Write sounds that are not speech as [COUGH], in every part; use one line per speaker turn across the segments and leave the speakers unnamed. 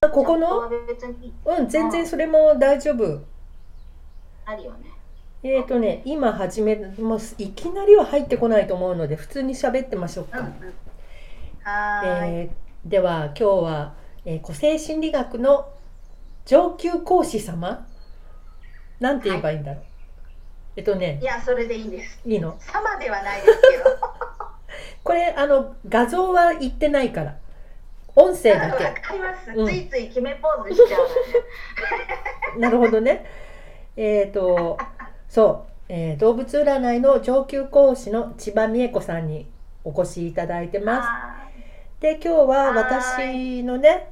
ここの
は別に
うん全然それも大丈夫
あるよね。
えーとね今始めもういきなりは入ってこないと思うので普通に喋ってましょう
うんう
か、
ん。はーい。
えーでは今日は、えー個性心理学の上級講師様なんて言えばいいんだろう、えっとね
いや、それでいいです。
いいの
様ではないですけど。
これあの画像は言ってないから音声
わ
だけ
かります、
うん
ついつい決めポーズしちゃうのね。
なるほどね。えっ、と、そう、えー動物占いの上級講師の千葉美恵子さんにお越しいただいてます。
は
で、今日は
は
私のね、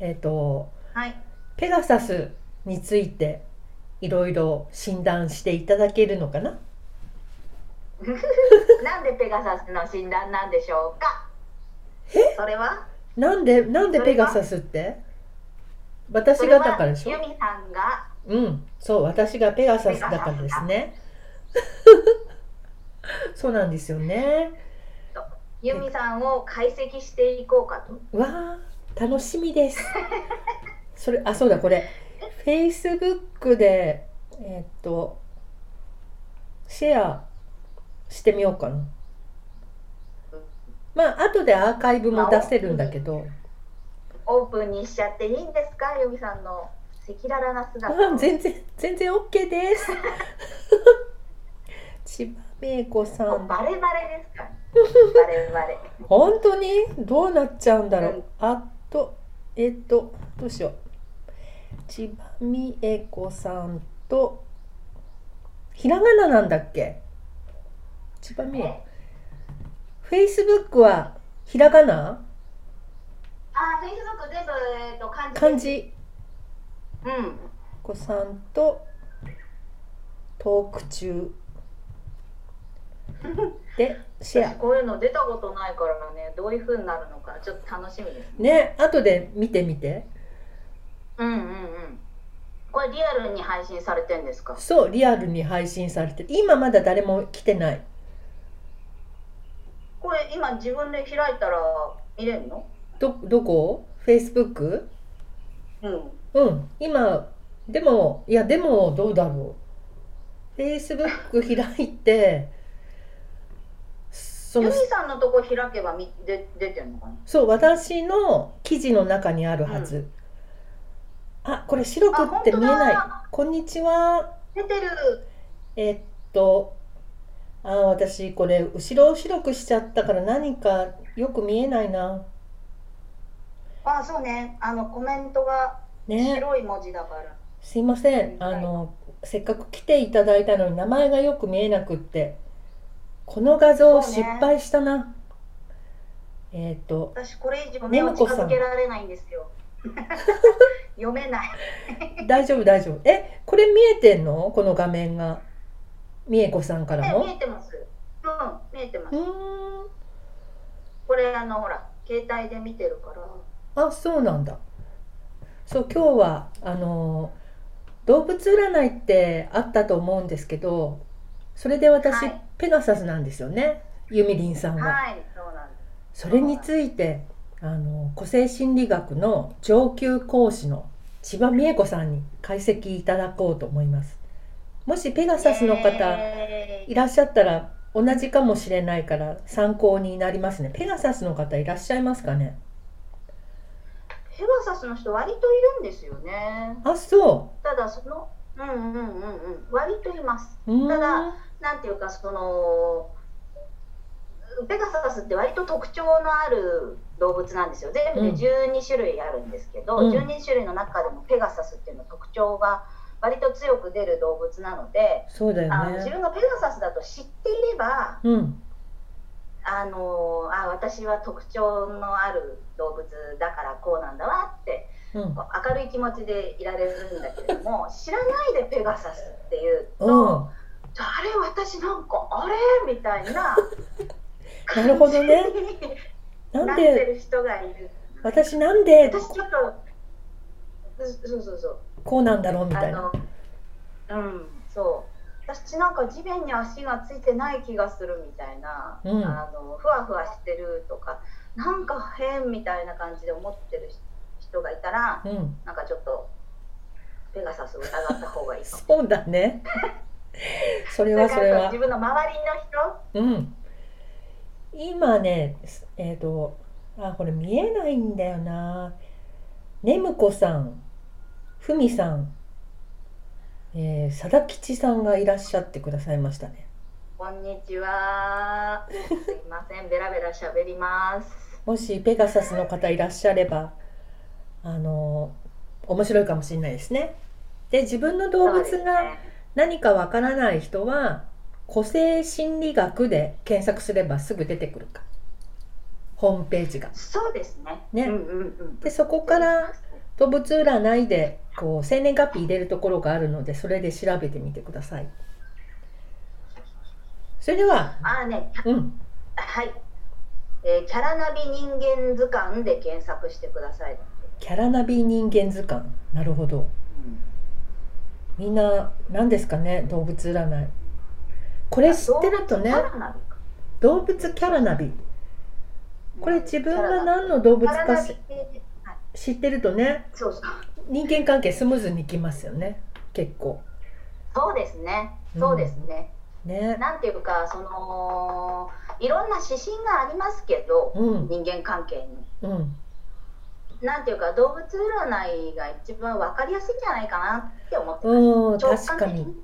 えっ、と、
ーいはい。
ペガサスについていろいろ診断していただけるのかな
なんでペガサスの診断なんでしょうか。それは。
なんで、なんで
それ
ペ
は
ガサスって私
それ
が
は
だからでしょ
ユミさんが。
うん、そう、私がペガサスだからですね。 [LAUGHS] そうなんですよね。
ユミさんを解析していこうかと。
わあ楽しみですそれあそうだこれフェイスブックでえーっとシェアしてみようかなまあ後でアーカイブも出せるんだけど
オープンにしちゃっていいんですか、ユミさんの。赤裸々な姿
あ全然全然 OK です [LAUGHS] 千葉めいこさん
バレバレです
[LAUGHS]
から、バレバレ。
本当にどうなっちゃうんだろ
う
うんあとえっとどうしよう千葉美恵子さんとひらがななんだっけ千葉美恵フェイスブックはひらがな
あ、フェイスブック全部、えっと、漢字。
漢。字
うん。
子さんとトーク中でシェ
私
ア
こういうの出たことないからね、どういう風になるのか、ちょっと楽しみです。
ね後で見てみて
うんうんうん。これリアルに配信されてんですか。
そうリアルに配信されてる今まだ誰も来てない
これ今自分で開いたら見れるの？
どどこ ?Facebook?
うん。
うん今でもいやでもどうだろう Facebook 開いてそ
ユ
の
ミさんのとこ開けばみで出てんのかな。
そう私の記事の中にあるはず、あこれ白くって見えない
あ本当だ
こんにちは
出てる。
えっとあ私これ後ろを白くしちゃったから何かよく見えないな
あ、そうね。あのコメントが
ね
白い文字だから。
すいません、
はい
あのせっかく来ていただいたのに名前がよく見えなくってこの画像
そうね
失敗したな、えっ、と
私これ以上
ね
目
む
を
こ
近
さん
づけられないんで
[LAUGHS]
すよ。読めない。
大丈夫大丈夫えこれ見えてんのこの画面がみえこさんから
え、 [LAUGHS] 見え
の
てます。うん、見えてま
う
す。
ーん
これあのほら、携帯で見てるから。
あそうなんだそう今日はあの動物占いってあったと思うんですけどそれで私、
はい
ペガサスなんですよねゆみりんさんは。
はい、そうなんです。
それについてあの個性心理学の上級講師の千葉美恵子さんに解析いただこうと思いますもしペガサスの方
えー
いらっしゃったら同じかもしれないから参考になりますねペガサスの方いらっしゃいますかね
ペガサスの人割といるんですよね。
あそ
ただその、うんうんうんうん、割といます。
ううーん
ただなんていうかそのペガサスって割と特徴のある動物なんですよ全部で
うん
12種類あるんですけど、
うん
12種類の中でもペガサスっていうのは特徴が割と強く出る動物なので、
そうだ
あの
よ
自
ね
分がペガサスだと知っていれば
うん
あのあ私は特徴のある動物だからこうなんだわって
うん
明るい気持ちでいられるんだけれ
[LAUGHS]
ども知らないでペガサスっていうと。
うん
あれ私なんかあれみたいな
[LAUGHS] なるほどね
感じに
な
なんって
で
る人がいる
私なんで
私ちょっとうそうそうそう
こうなんだろうみ
あ
たいな
のうんそう私なんか地面に足がついてない気がするみたいな、
うん
あのふわふわしてるとかなんか変みたいな感じで思ってる人人がいたら
うん、
なんかちょっとペガサスを疑った方がいいかも
そうだね。 [LAUGHS] それはそれ
だから
は
自。分の周りの
う
人
ん。今ね、すえっ、と、あ、これ見えないんだよな。ねむこさん、ふみさん、えー、さだきちさんがいらっしゃってくださいましたね。
こんにちはすいませんベラベラ喋ります
もしペガサスの方いらっしゃれば、あの面白いかもしれないですね。で、自分の動物
そうです
が
ね
何かわからない人は、個性心理学で検索すればすぐ出てくるか。ホームページが。
そうですね
ね
うんうんうん
で、そこから動物占いで、こう、生年月日入れるところがあるので、それで調べてみてください。それでは、
あーね
うん、
はい、えーキャラナビ人間図鑑で検索してください、
キャラナビ人間図鑑。なるほど。みんな何ですかね動物占いこれ知ってるとね
キャラナビか
動物キャラナビこれ自分が何の動
キ
物
ャラ
か
ナ
し
ビってはい
知ってるとね
そうそう
人間関係スムーズにいきますよね結構
そうですね
うん
そうですね、
ね
なんていうかそのいろんな指針がありますけど
うん
人間関係
う
に
ん
なんていうか動物占いが一番わかりやすいんじゃないかなって思ってます、
うん
直
確か
感的
に
に、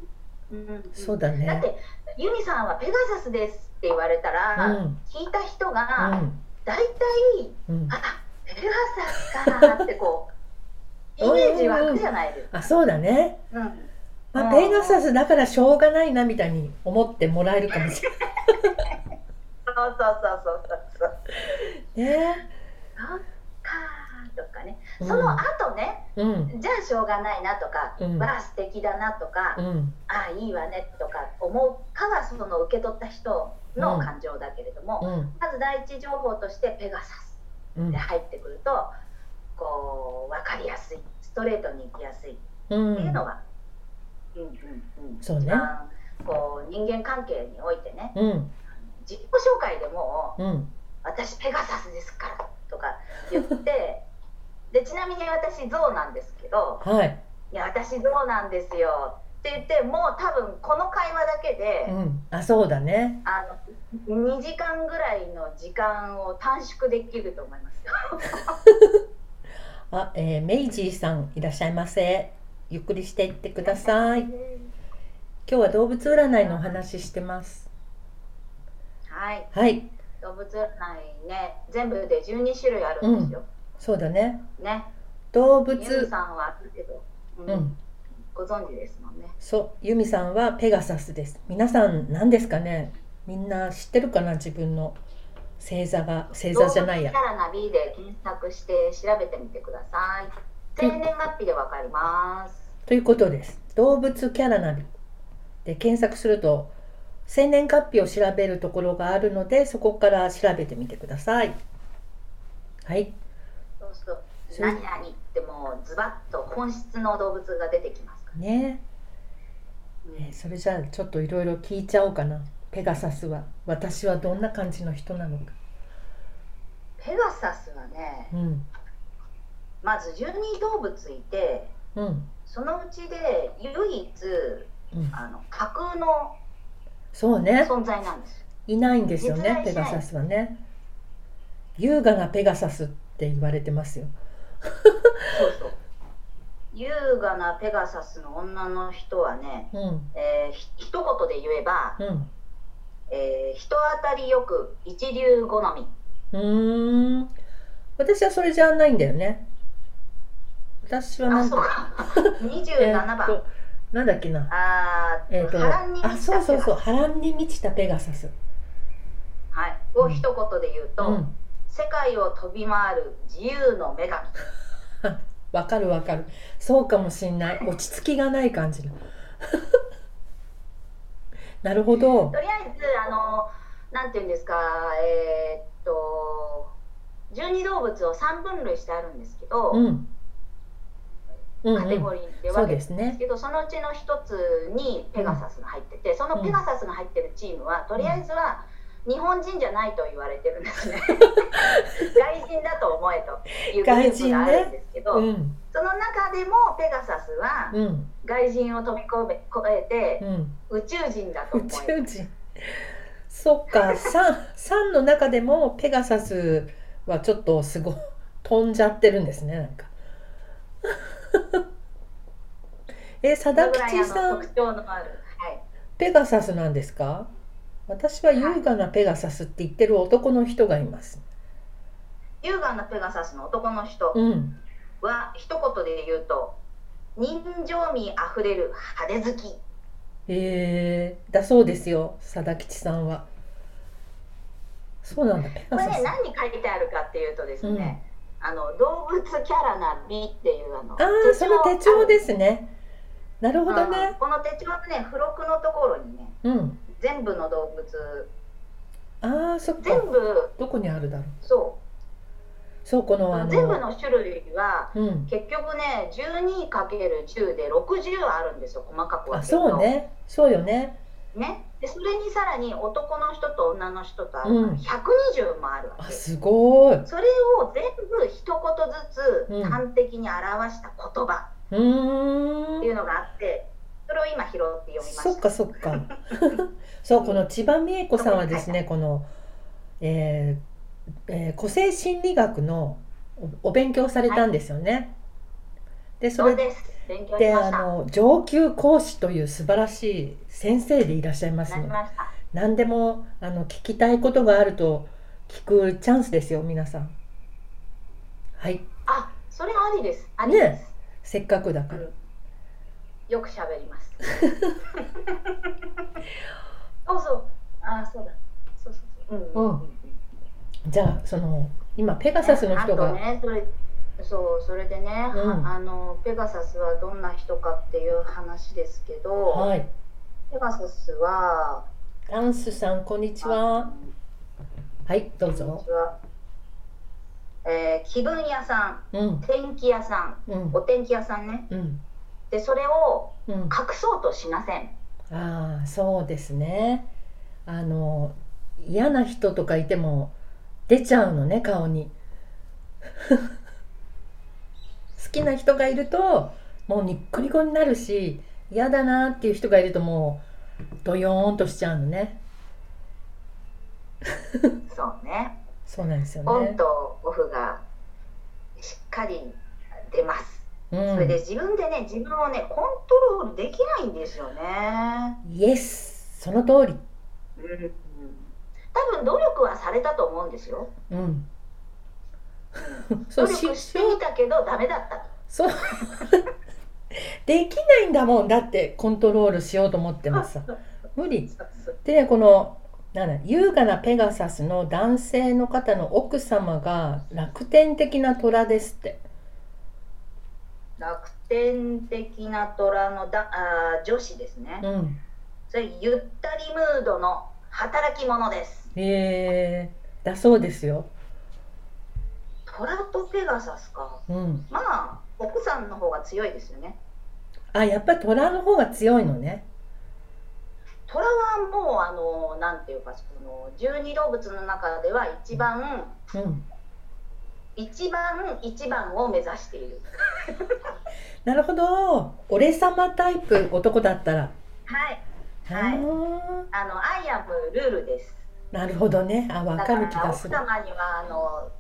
うん、
そうだ
だっ
ね
てユニさんはペガサスですって言われた
う
ら、
ん
聞いた人
う
が
ん
大体、
うん
あペガサスかなってこ
[LAUGHS]
うイメージ湧くじゃないですか。
あそうだね
うん
まあ
うん
ペガサスだからしょうがないなみたいに思ってもらえるかもしれないね
そうそうそうそうそうそっかーとかね、
うん
[LAUGHS] その後ね
うん
じゃあしょうがないなとか、
うん
わあ素敵だなとか、
うん
ああいいわねとか思うかはその受け取った人の感情だけれども、
うん
まず第一情報としてペガサス
うん
で入ってくるとこう分かりやすいストレートに行きやすいっ
うん
ていうのは、うんうんうん
そうね
一番こう人間関係においてね
うん
自己紹介でも
うん
「私ペガサスですから」とか言って
[LAUGHS]
でちなみに私ゾウなんですけど
はい。
「いや私ゾウなんですよ」って言ってもう多分この会話だけで。
うん。あ、そうだね。
あの2時間ぐらいの時間を短縮できると思いますよ。
あ、えー、メイジーさんいらっしゃいませ。ゆっくりしていってください。今日は動物占いのお話ししてます。
はい、
はい。
動物占いね、全部で12種類あるんですよ。
そうだね。
ね、
動物。
ゆみさんはあるけど、うん
うん。
ご存知ですもんね。
そう。ユミさんはペガサスです。皆さん何ですかね。みんな知ってるかな自分の星座が星座じゃないや
動。物キャラナビで検索して調べてみてください。生年月日でわかります。
ということです。動物キャラナビで検索すると生年月日を調べるところがあるのでそこから調べてみてください。はい。
そうする
そう
と、何々ってもうズバッと本質の動物が出てきますから。
ね
うん
えーそれじゃあちょっといろいろ聞いちゃおうかな。ペガサスは私はどんな感じの人なのか。
ペガサスはね
う、ん。
まず12動物いて、
うん。
そのうちで唯一
うん、
あの架空の
そうね。
存在なんですよ。
いないんですよ
実
ね、
在しな
ペ
い
ガサスはね。優雅なペガサスって言われてますよ。
そうそう。優雅なペガサスの女の人はね、
うん。
えー、ひ一言で言えば、
うん。
えー人当たりよく一流好み。
うーん。私はそれじゃないんだよね。私はな
あ、
ん
そう
か、
か。
え [LAUGHS]
27
ーっ
番。
と、なんだっけな。
あー
えーっと、
波乱に満
あ、
ちた
そうそう
ペ
そう、
ガサス
波乱に満ちたペガサス。
はい。を一言で言う
う
と、
ん。
世界を飛び回る自由の女神。
わかるわかる。そうかもしんない。落ち着きがない感じの。 [LAUGHS] なるほど
と。りあえずあのなんていうんですかえーっと12動物を3分類してあるんですけど、
うん。うん、
カテ
う
ゴ
ん。
リーで
そう
分けてるん
で
です
ね。
すけどそのうちの一つにペガサスが入っててそのペガサスが入ってるチームはとりあえずは、日本人じゃないと言われてるんで
[LAUGHS]
すね外人だと思えというグ
外
ループ
人ね
があるんですけど、
うん
その中でもペガサスは
うん
外人を飛び越えて
うん
宇宙人だと
宇
思える
宙人そっか3三の中でもペガサスはちょっとすごい飛んじゃってるんですねなんか [LAUGHS] え
その
貞
ぐらい
吉
あ
さ
の
ん
特徴のある、はい、
ペガサスなんですか私は優雅なペガサスって言ってる男の人がいます。
優雅なペガサスの男の人
うん。
は一言で言うと人情味あふれる派手好き
えー、だそうですよ、貞吉さんは。そうなんだ、ペ
こ
ガサ
れね
ス。
何に書いてあるかっていうとですね、あの動物キャラな美っていうあの
ああ、その手帳ですね。なるほど
うん
ね。
この手帳のね付録のところにね
うん。
全部の動物
ああ、そっか。
全部
どこにあるだろう。
そ
そう、こ
う
のあ
全部
の。
の種類は
うん。
結局ね 12×10 で60あるんですよ細かくは
あ、そうね。そうよね。
ねでそれにさらに男の人と女の人とある
うん
から120もあるわけ
あ、
です
すごい。う
それを全部一言ずつ端的に表した言葉ってい
ーん。
うのがあって、それを今拾って読みました。
そっか、そっか。 [LAUGHS] そう、この千葉美恵子さんはですね、この。えーえー個性心理学のおお勉強されたんですよね。で、そ
そう
れ
です。勉強し
で
ま
あ
した。
の上級講師という素晴らしい先生でいらっしゃいます
なり
ので
ました。
何でもあの聞きたいことがあると聞くチャンスですよ皆さんはい
あ、それありです。ありです。
ねせっかくだから、
うんよく喋り
[LAUGHS]
ます。そうそう。あ、そうだ。そうそうそう。うん。
うんじゃあその今ペガサスの人
あと
が、
ね、それ。そう、それでね、は
うん
あのペガサスはどんな人かっていう話ですけど。
はい
ペガサスは。
ダンスさんこんにちははいどう
こんに
ぞ
ちは。えー気分屋さ
うん
ん、天気屋さん、
うん
お天気屋さんね。
うん
で、それを
うん
隠そうとしません。
ああそうですねあの嫌な人とかいても出ちゃうのね顔に [LAUGHS] 好きな人がいるともうにっこりこになるし嫌だなっていう人がいるともうドヨーンとしちゃうのね
そうね。
そうなんですよ
オ
ね
ンとオフがしっかり出ます。
うん
それで自分でね、自分をね、コントロールできないんですよね。
イエスその通り
うん。多分努力はされたと思うんですよ。
うんそ
努
う
力
し
してみたけどダメだった。
そう [LAUGHS] できないんだもんだってコントロールしようと思ってもさ無理でねこのなんだ優雅なペガサスの男性の方の奥様が楽天的な虎ですって
楽天的な虎のだあー女子ですね。
うん
それゆったりムードの働き者です。
えー、だそうですよ
トラとペガサスか。
うん
まあ奥さんの方が強いですよね。
あやっぱり虎の方が強いのね
トラはもうあのなんていうかその十二動物の中では一番
うん
一番一番を目指している。
なるほど俺様タイプ男だったら
はい。は
あ
い
ー
あのアイアムルールです。
なるほどねあわ
だ
か
か
る気
ら
が
奥
する
様にはあの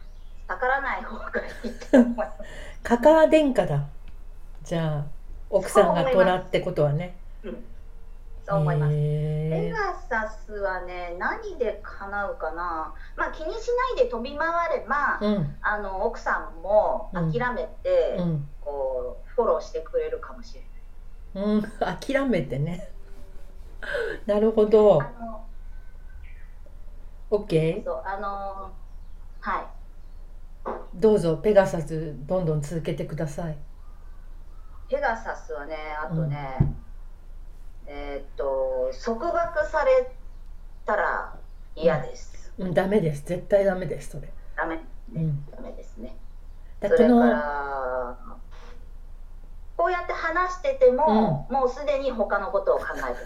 逆らわない方がいいと思います。
[LAUGHS] カカア殿下だじゃあ奥さんが虎ってことはね
そう思います。ペ
えー
ガサスはね何で叶うかな、まあ、気にしないで飛び回れば、
うん
あの奥さんも諦めて、
うん
こうフォローしてくれるかもしれない。
うん、 [LAUGHS] 諦めてね。 [LAUGHS] なるほど。
あの
OK。
そうあのはい
どうぞ、ペガサス、どんどん続けてください。
ペガサスはねあとね、えーっと束縛されたら嫌です。
うん、ダメです。絶対ダメです、それ。
ダメ
うん。
ダメですね。
だ
そ
こ
れか
の、
らこうやって話してても、もうすでに他のことを考えてます。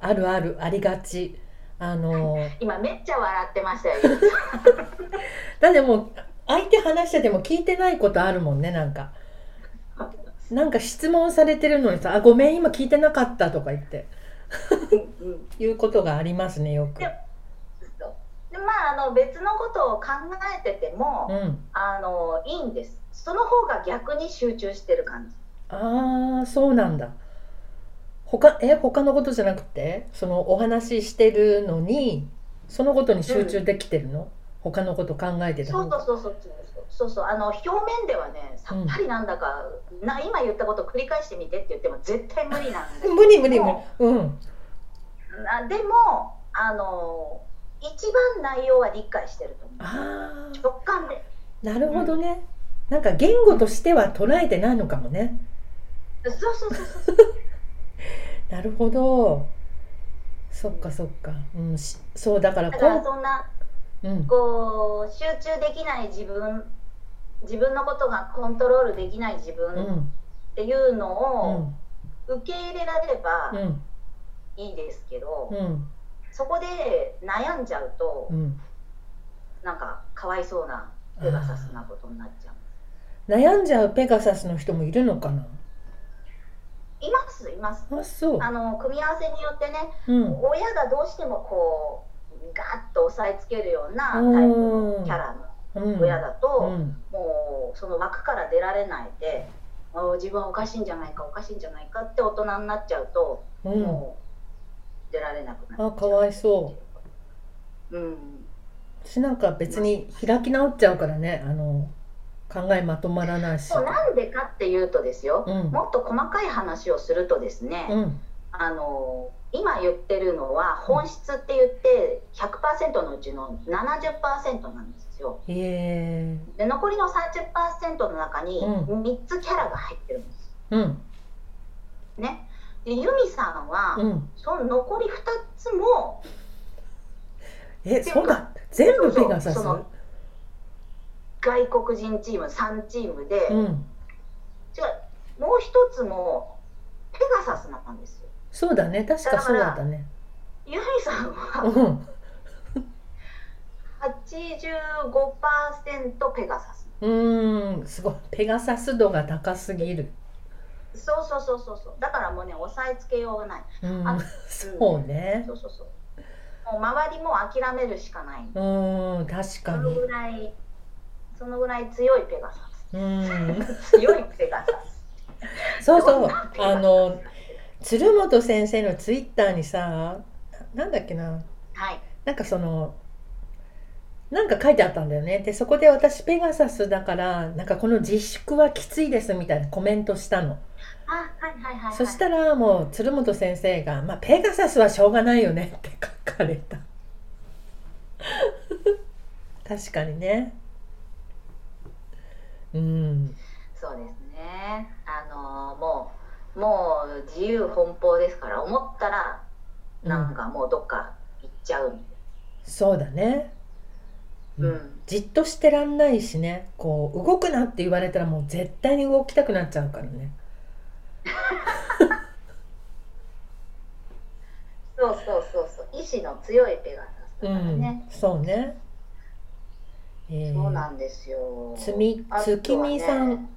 あるある、ありがち。あのー
今めっちゃ笑ってました
[LAUGHS]
よ。ゆう
だってもう相手話してても聞いてないことあるもんねなんかなんか質問されてるのにさ「あごめん今聞いてなかった」とか言って
ちゃんうんうん
言うことがありますねよく
でそうでまああの別のことを考えてても、
うん
あのいいんです。その方が逆に集中してる感じ。
ああそうなんだ他え他のことじゃなくてそのお話ししてるのにそのことに集中できてるの、他のこと考えてた
そう
方
そう
が
そうそうそうそうそうあの表面ではねさっぱりなんだか、な今言ったことを繰り返してみてって言っても絶対無理なんで
無理無理無理
も
うん
うなでもあの一番内容は理解してると思
あ
う
あ
直感で
なるほどね、なんか言語としては捉えてないのかもね
そうそうそうそう
なるほどそっかそっか、うん、しそうだから
だから
こ
そんな
う、うん、
こう集中できない自分自分のことがコントロールできない自
う
分っ
ん
ていう
う
のを
ん
受け入れられれ
う
ば
ん
いいですけど、
うん
そこで悩んじゃうと、
うん
なんかかわいそうなペガサスなことになっちゃう。
悩んじゃうペガサスの人もいるのかない
ますいます。
あそう
あの組み合わせによってね、
うん
親がどうしてもこうガーッと押さえつけるようなタイプのキャラ
うん
の親だ
う
と、
ん
もうその枠から出られないで、もう自分はおかしいんじゃないかおかしいんじゃないかって大人になっちゃうと、
うん
もう出られなくなっちゃ
あ
う。。
かわいそう
うん。
私なんか別に開き直っちゃうからねあの考えまとまらないし
そうなんでかっていうとですよ、
うん
もっと細かい話をするとですね。
うん
あの今言ってるのは本質って言って100%のうちの70%なんですよ
へえ
で残りの30%の中に
う
3つキャラが入ってるんです
うん
ねでユミさんは、
うん
その残り2つも
えそうだ全部ペガサス
そうそうその外国人チーム3チームで、
う
違うんもう1つもペガサスなんですよ
そうだね確かそうだったね
ユミさん
う
は
ん
85%ペガサス
うーんすごいペガサス度が高すぎる、
そうそうそうそうそうだからもうね押さえつけようがない
うん
あ、
[LAUGHS] そうね
そうそうそうもう周りも諦めるしかないう
ーん確
そ
か
の
に
ぐらいそのぐらい強いペガサ
うーん
ス強いペガサス
そうそ
ど
うん
なペガサス
あの鶴本先生のツイッターにさななんだっけな
はい
なんかそのなんか書いてあったんだよねでそこで私ペガサスだからなんかこの自粛はきついですみたいなコメントしたの、
あはいはいはい、はい、
そしたらもう鶴本先生が「まあ、ペガサスはしょうがないよね」って書かれた [LAUGHS] 確かにねうん
そうですねあのもうもう自由奔放ですから思ったら
うん
なんかもうどっか行っちゃう
そうだね
うん、
じっとしてらんないしねこう動くなって言われたらもう絶対に動きたくなっちゃうからね
そうそうそうそう意志の強いペガサスだ
う
から
ん、
ね、
そうね、えー
そうなんですよ
つみ
あとはね
月見さん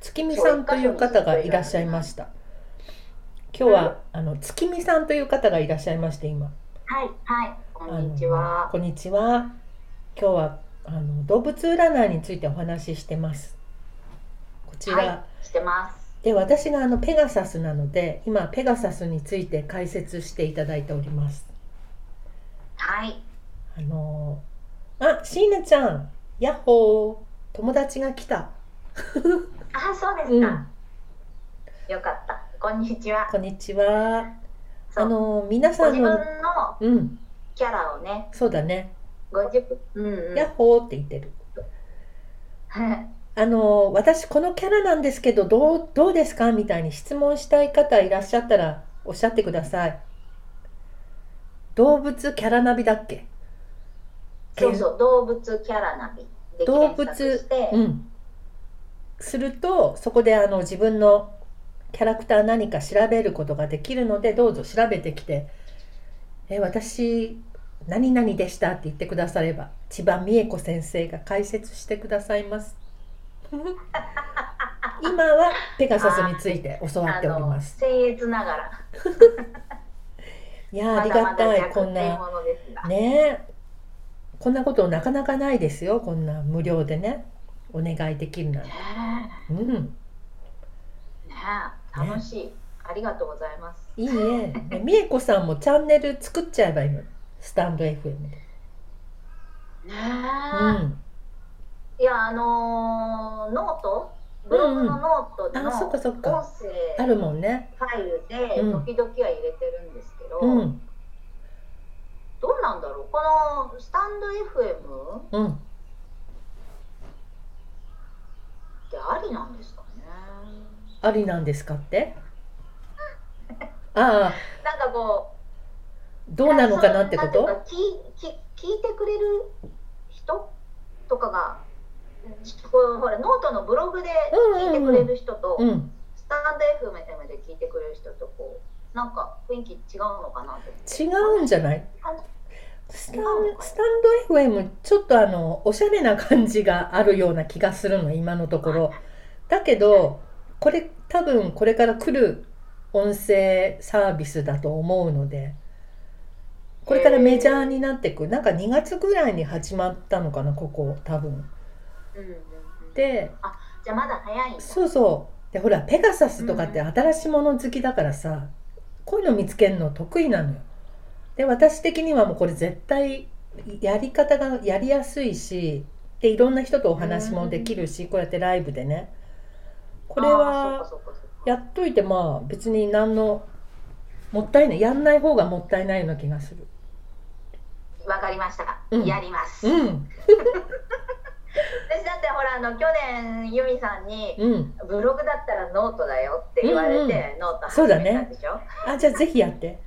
月見さんという方がいらっしゃいました今日は、あの月見さんという方がいらっしゃいまして今
はいはいこ
あの
んにちは
こんにちは今日はあの動物占いについてお話ししてますこちら、
はい、してます。
で私があのペガサスなので今ペガサスについて解説していただいております
はい。
あのーあ椎名ちゃんやっほー友達が来た
あ、そうです
うん
か。よかった。こんにちは。
こんにちは
そ
あ
う
のー皆
ご
さ
自
ん
分
の
の
うん
キャラをね、
そうだね、
ご自分。うんうん。
やっほーって言ってる
はい
あのー私このキャラなんですけどどうどうですかみたいに質問したい方いらっしゃったらおっしゃってください動物キャラナビだっけ
[LAUGHS] そうそう、動物キャラナビで
動
検
物
索して、
うん、するとそこであの自分のキャラクター何か調べることができるのでどうぞ調べてきて「え私何々でしたって言ってくだされば千葉美恵子先生が解説してくださいます
[LAUGHS]
今はペガサスについて教わっております
僭越ながら
いやーあ
ま
り
だ
が
ま
た
だ
いこん
点
な
ものですが
ねえこんなことなかなかないですよこんな無料でねお願いできるなんて
ね
うん
えねえ楽しい、ありがとうございます
いいね
[LAUGHS]
ね美恵子さんもチャンネル作っちゃえばいいのスタンド FM で
ねえ、
うん
いやあのーノートブログのノートの
あそっかそっ
音
か
声
あるもんね
ファイルで
うん
時々は入れてるんですけど、
うん
どうなんだろうこのスタンド FM っ
うん
てありなんですかね
ありなんですかってああ
なんかこう
どうなのかなってこ
そのな
と
んていうか聞聞聞いてくれる人とかがこうほらノートのブログで聞いてくれる人と、
うん
スタンド FM で聞いてくれる人とこうなんか雰囲気違うのかなって
違うんじゃないスタンスタンド FM ちょっとあのおしゃれな感じがあるような気がするの今のところだけどこれ多分これから来る音声サービスだと思うのでこれからメジャーになってくなんか2月ぐらいに始まったのかなここ多分
うんうんうん
で
じゃあまだ早いんだ
そうそうでほらペガサスとかって新しいもの好きだからさ、こういうの見つけるの得意なのよで私的にはもうこれ絶対やり方がやりやすいしでいろんな人とお話もできるし、こうやってライブでねこれ
あー
は
そうかそうかそうか
やっといてまあ別に何のもったいないやんない方がもったいないような気がする
わかりました、
うん
やります、
うん
私だってほらあの去年ユミさんに
うん
ブログだったらノートだよって言われて、
うんうん
ノート
そう
始
だ
めた
ね
んでしょ、
あじゃあぜひやって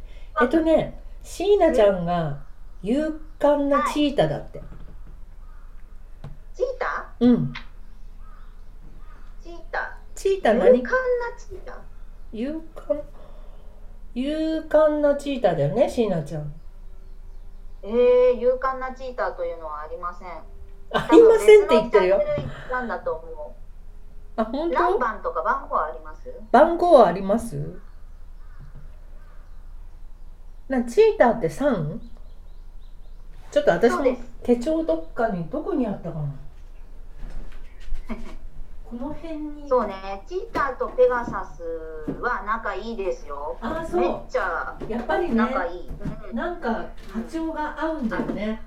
えっとね椎名ちゃんが勇敢なチータだって、
チータ
うん
ーチータ
チータ
ー
ー
勇敢
何
なチーター
勇敢勇敢なチーターだよね椎名ちゃん
えー、勇敢なチーターというのはありませんあ
ありませんって言ってるよ
なんだと思
あ
う
本
何
当
番とか番号あります
番号はありますなチーターって 3? ちょっと私
そう
も
です
手帳どっかにどこにあったかなこの辺に
そうねチーターとペガサスは仲いいですよ
あー
めっ
そ
ちゃ
うやっぱりね
仲いい、うん
なんか波長が合うんだよね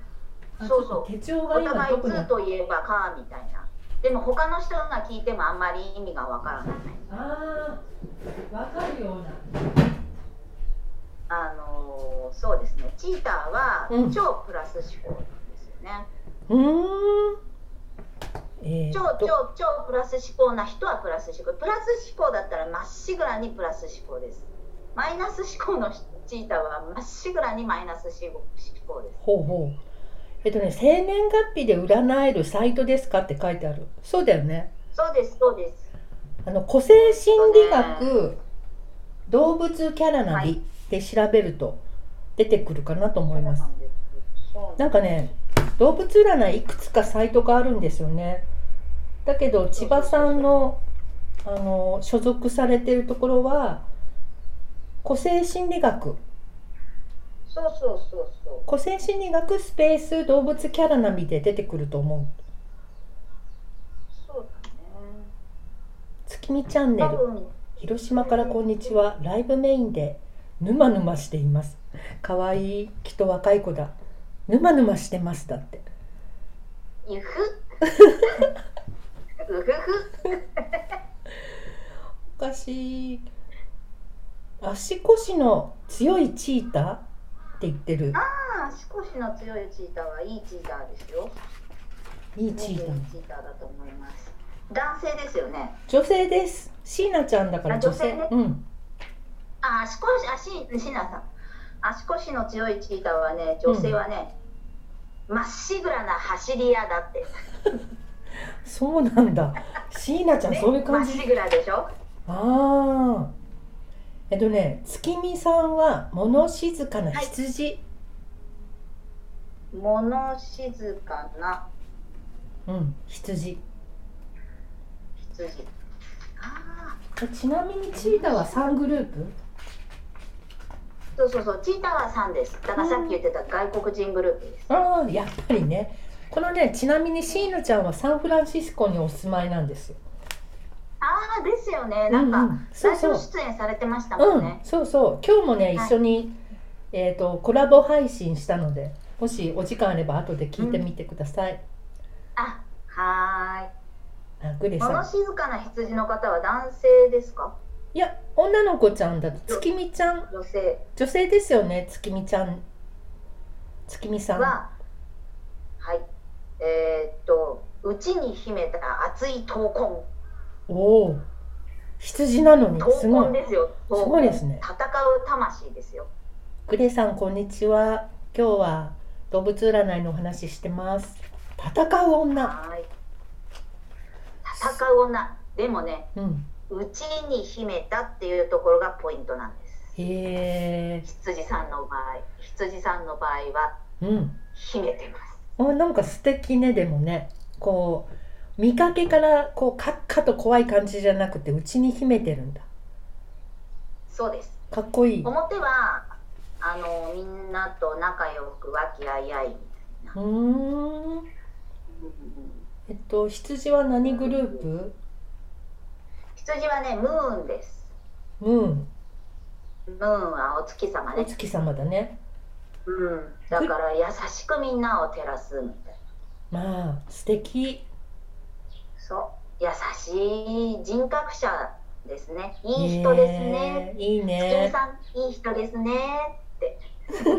あ
そうそう
ちょっと手帳が
お
今
互い
どこにあっ
2
た
といえばかみたいなでも他の人が聞いてもあんまり意味がわからない
あーわかるような
あのーそうですねチーターは
うん
超プラス思考なんですよね、
うーん。えー、
超超超プラス思考な人はプラス思考プラス思考だったらまっしぐらにプラス思考ですマイナス思考のチーターはまっしぐらにマイナス思考です
ほうほう。えっとね、生年月日で占えるサイトですかって書いてある。そうだよね。
そうですそうです
あの個性心理学、動物キャラナ
は
ビで調べると出てくるかなと思います。
そうなんですそう
なんかね、動物占いいくつかサイトがあるんですよね。だけど千葉さんのあの所属されてるところは個性心理学
そうそうそうそう
個性心理学スペース動物キャラナビで出てくると思う
そうだね
月見チャンネ
多
ル
分
広島からこんにちはライブメインで沼沼していますかわいいきっと若い子だ沼沼してますだって [LAUGHS]
ゆふ。うふふ。
おかしい足腰の強いチーターって言ってる
ああ、少しの強いチーターはいいチーターですよ。
いいチータ
僕
ー
いいチーターだと思います。男性ですよね。
女性です椎名ちゃんだから
あ
女
女
性
性ね
うん
ああ、少し、あし、しなさん。足腰の強いチーターはね、女性はね。まっしぐらな走り屋だって。
そうなんだ椎名ちゃん
ね
そういう感じ
まっしぐらでしょ
ああ。えっとね、月見さんは物静かな羊。
物静かな
うん、羊。
羊。ああ、
えちなみにチーターは三グループ？
そうそうそう、チーターは3です。だからさっき言ってた外国人グループです。
ああ、やっぱりね。このね、ちなみにシーヌちゃんはサンフランシスコにお住まいなんですよ。
ああ、ですよね。なん
う
か、
んそ
最
う
初
そう。
出演されてましたも
うんん
ね。、
そうそう。今日もね、
はい
一緒にえっ、とコラボ配信したので、もしお時間あれば後で聞いてみてください。
あ、は
あ、グ
ー
レ
い。
さ
物
ん。
静かな羊の方は男性ですか
いや、女の子ちゃんだと月見ちゃん、
女性
女性ですよね、月見ちゃん。月見さん。
は、はい。えーっと、うちに秘めた熱い闘魂。
おお。羊なのにす
闘
ごい
魂。ですよ。闘
す
魂
ごいですね
戦う魂ですよ。
グレさんこんにちは。今日は動物占いのお話ししてます。戦う女。
はーい。戦う女。でもね、
うん。
うちに秘めたっていうところがポイントなんです。
へえ。
羊さんの場合、羊さんの場合は
うん。
秘めてます。
あなんか素敵ねでもね。こう見かけからこうカッカと怖い感じじゃなくて内に秘めてるんだ。
そうです。
かっこいい。う
表はあのみんなと仲良く和気あいあいみたいな。
ーん。えっと羊は何グループ？
羊はねムーンです。
ムーン。
ムーンはお月様
お
ね。
月様だね。
うん。だから優しくみんなを照らすみたいな。
まあ素敵。
そう。優しい人格者ですね。いい人ですね。
ねえ。いい
羊
ね。
さんいい人ですね。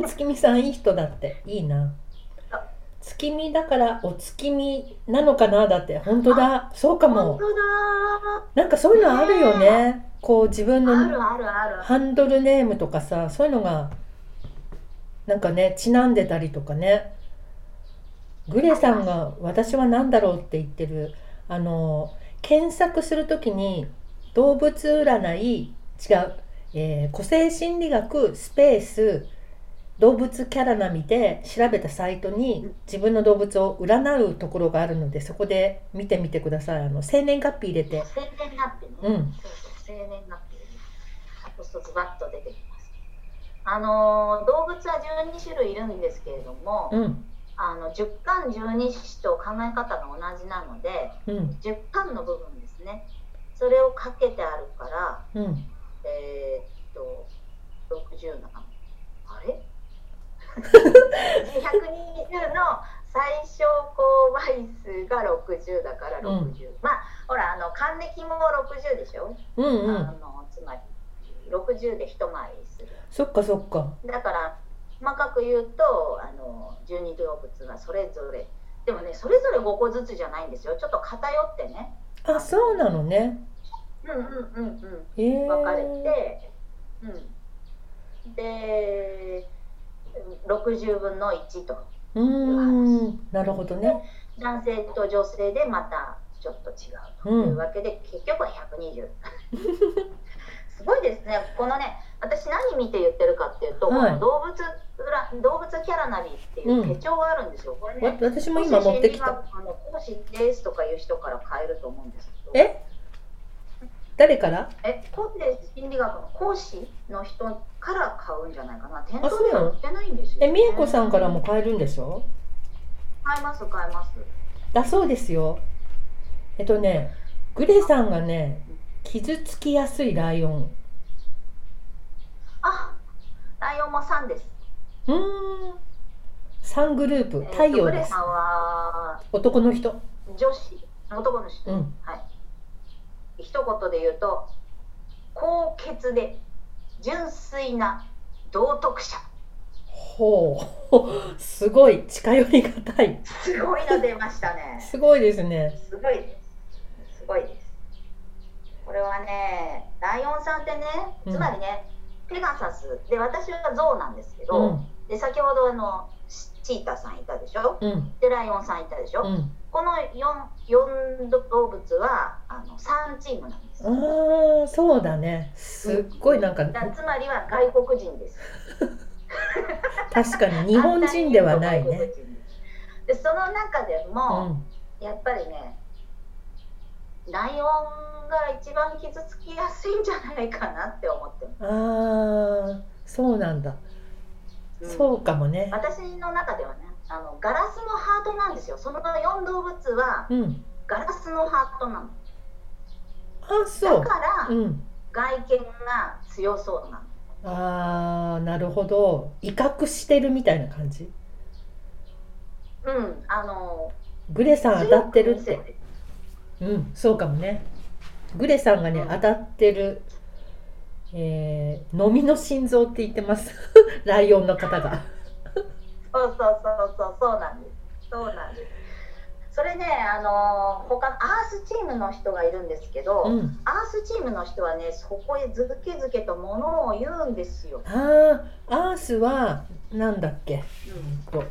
[LAUGHS] 月見さんいい人だっていいな月見だからお月見なのかなだって本当だそうか
本
も
当だー。
なんかそういうのあるよねこう自分
あ
の
るあるある。
ハンドルネームとかさそういうのがなんかねちなんでたりとかねグレさんが「私は何だろう?」って言ってるあの検索するときに「動物占い」違う、えー個性心理学スペース動物キャラナ見て調べたサイトに自分の動物を占うところがあるのでそこで見てみてくださいあの生年月日入れて
生年月日ね。
うん
そうそう生年月日。あと一つバッと出てきます。あのー動物は12種類いるんですけれども、
うん
あの10巻12種と考え方が同じなので、
うん
10巻の部分ですね。それをかけてあるか
う
ら、
ん
えーっと60のあ
[LAUGHS]
れ ?120 の最小公倍数が60だから60、
うん
まあほらあの還暦も60でしょ、
うんう
あ
ん
のつまり60で一回りする
そっかそっか
だから細かく言うとあの12動物がそれぞれでもねそれぞれ5個ずつじゃないんですよちょっと偏ってね
あそうなのね
うんうんうんうん
えー、
分かれて、うん、で60分の1と
うーんなるほどね
男性と女性でまたちょっと違うというわけで、結局は120 [LAUGHS] すごいですねこのね私何見て言ってるかっていうと、
はい
この動物裏動物キャラナビっていう手帳があるんですよ、これ
わ
ね
私も今持ってきた
あの講師ですとかいう人から買えると思うんですけど
え誰から
え、当時心理学の講師の人から買うんじゃないかな。店
あそう
頭で
なの
は売ってないんですよ、
えみえこさんから
も。
も買えるんでしょ
買います、買います。
だそうですよえっとねグレさんがね傷つきやすいライオン
あ、ライオンも三です。
うーん3グループ
えーと
太陽
グ
で
レ
す
さんは
男の人
女子、男の人。
うん
はい。一言で言うと、高潔で純粋な道徳者。
ほう [LAUGHS] すごい近寄りがたい
すごいの出ましたね。
すごいですね
すごいです。すごいです。これはね、ライオンさんってね、
うん
つまりね、ペガサスで私はゾウなんですけ
う
ど、
ん
で先ほどあのシチータさんいたでしょ。
うん
でライオンさんいたでしょ。
うん
この四四動物はあの三チームなんです。
ああそうだねすっごいなんか
だつまりは外国人です。
確かに日本人ではない
反対
ね
に。言うと外国人でその中で
う
も、
ん、
やっぱりねライオンが一番傷つきやすいんじゃないかなって思ってま
ああそうなんだ、
す、
そうかもね。
私の中ではねあのガラスのハートなんですよその4動物は
うん、
ガラスのハートなの
あそ
だ
う。
から
うん、
外見が強そうなの
ああなるほど威嚇してるみたいな感じ。
うんあの
グレさん当たってるって
強く見せ。
うん、そうかもね。グレさんがね、
うん
当たってる、えー、のみの心臓って言ってます。 [LAUGHS] ライオンの方が。
そうそうそうそうそうなんですそうなんですそれねあの他のアースチームの人がいるんですけど、
うん。
アースチームの人はねそこへずけずけとものを言うんですよ、
ああ、アースは、なんだっけ、と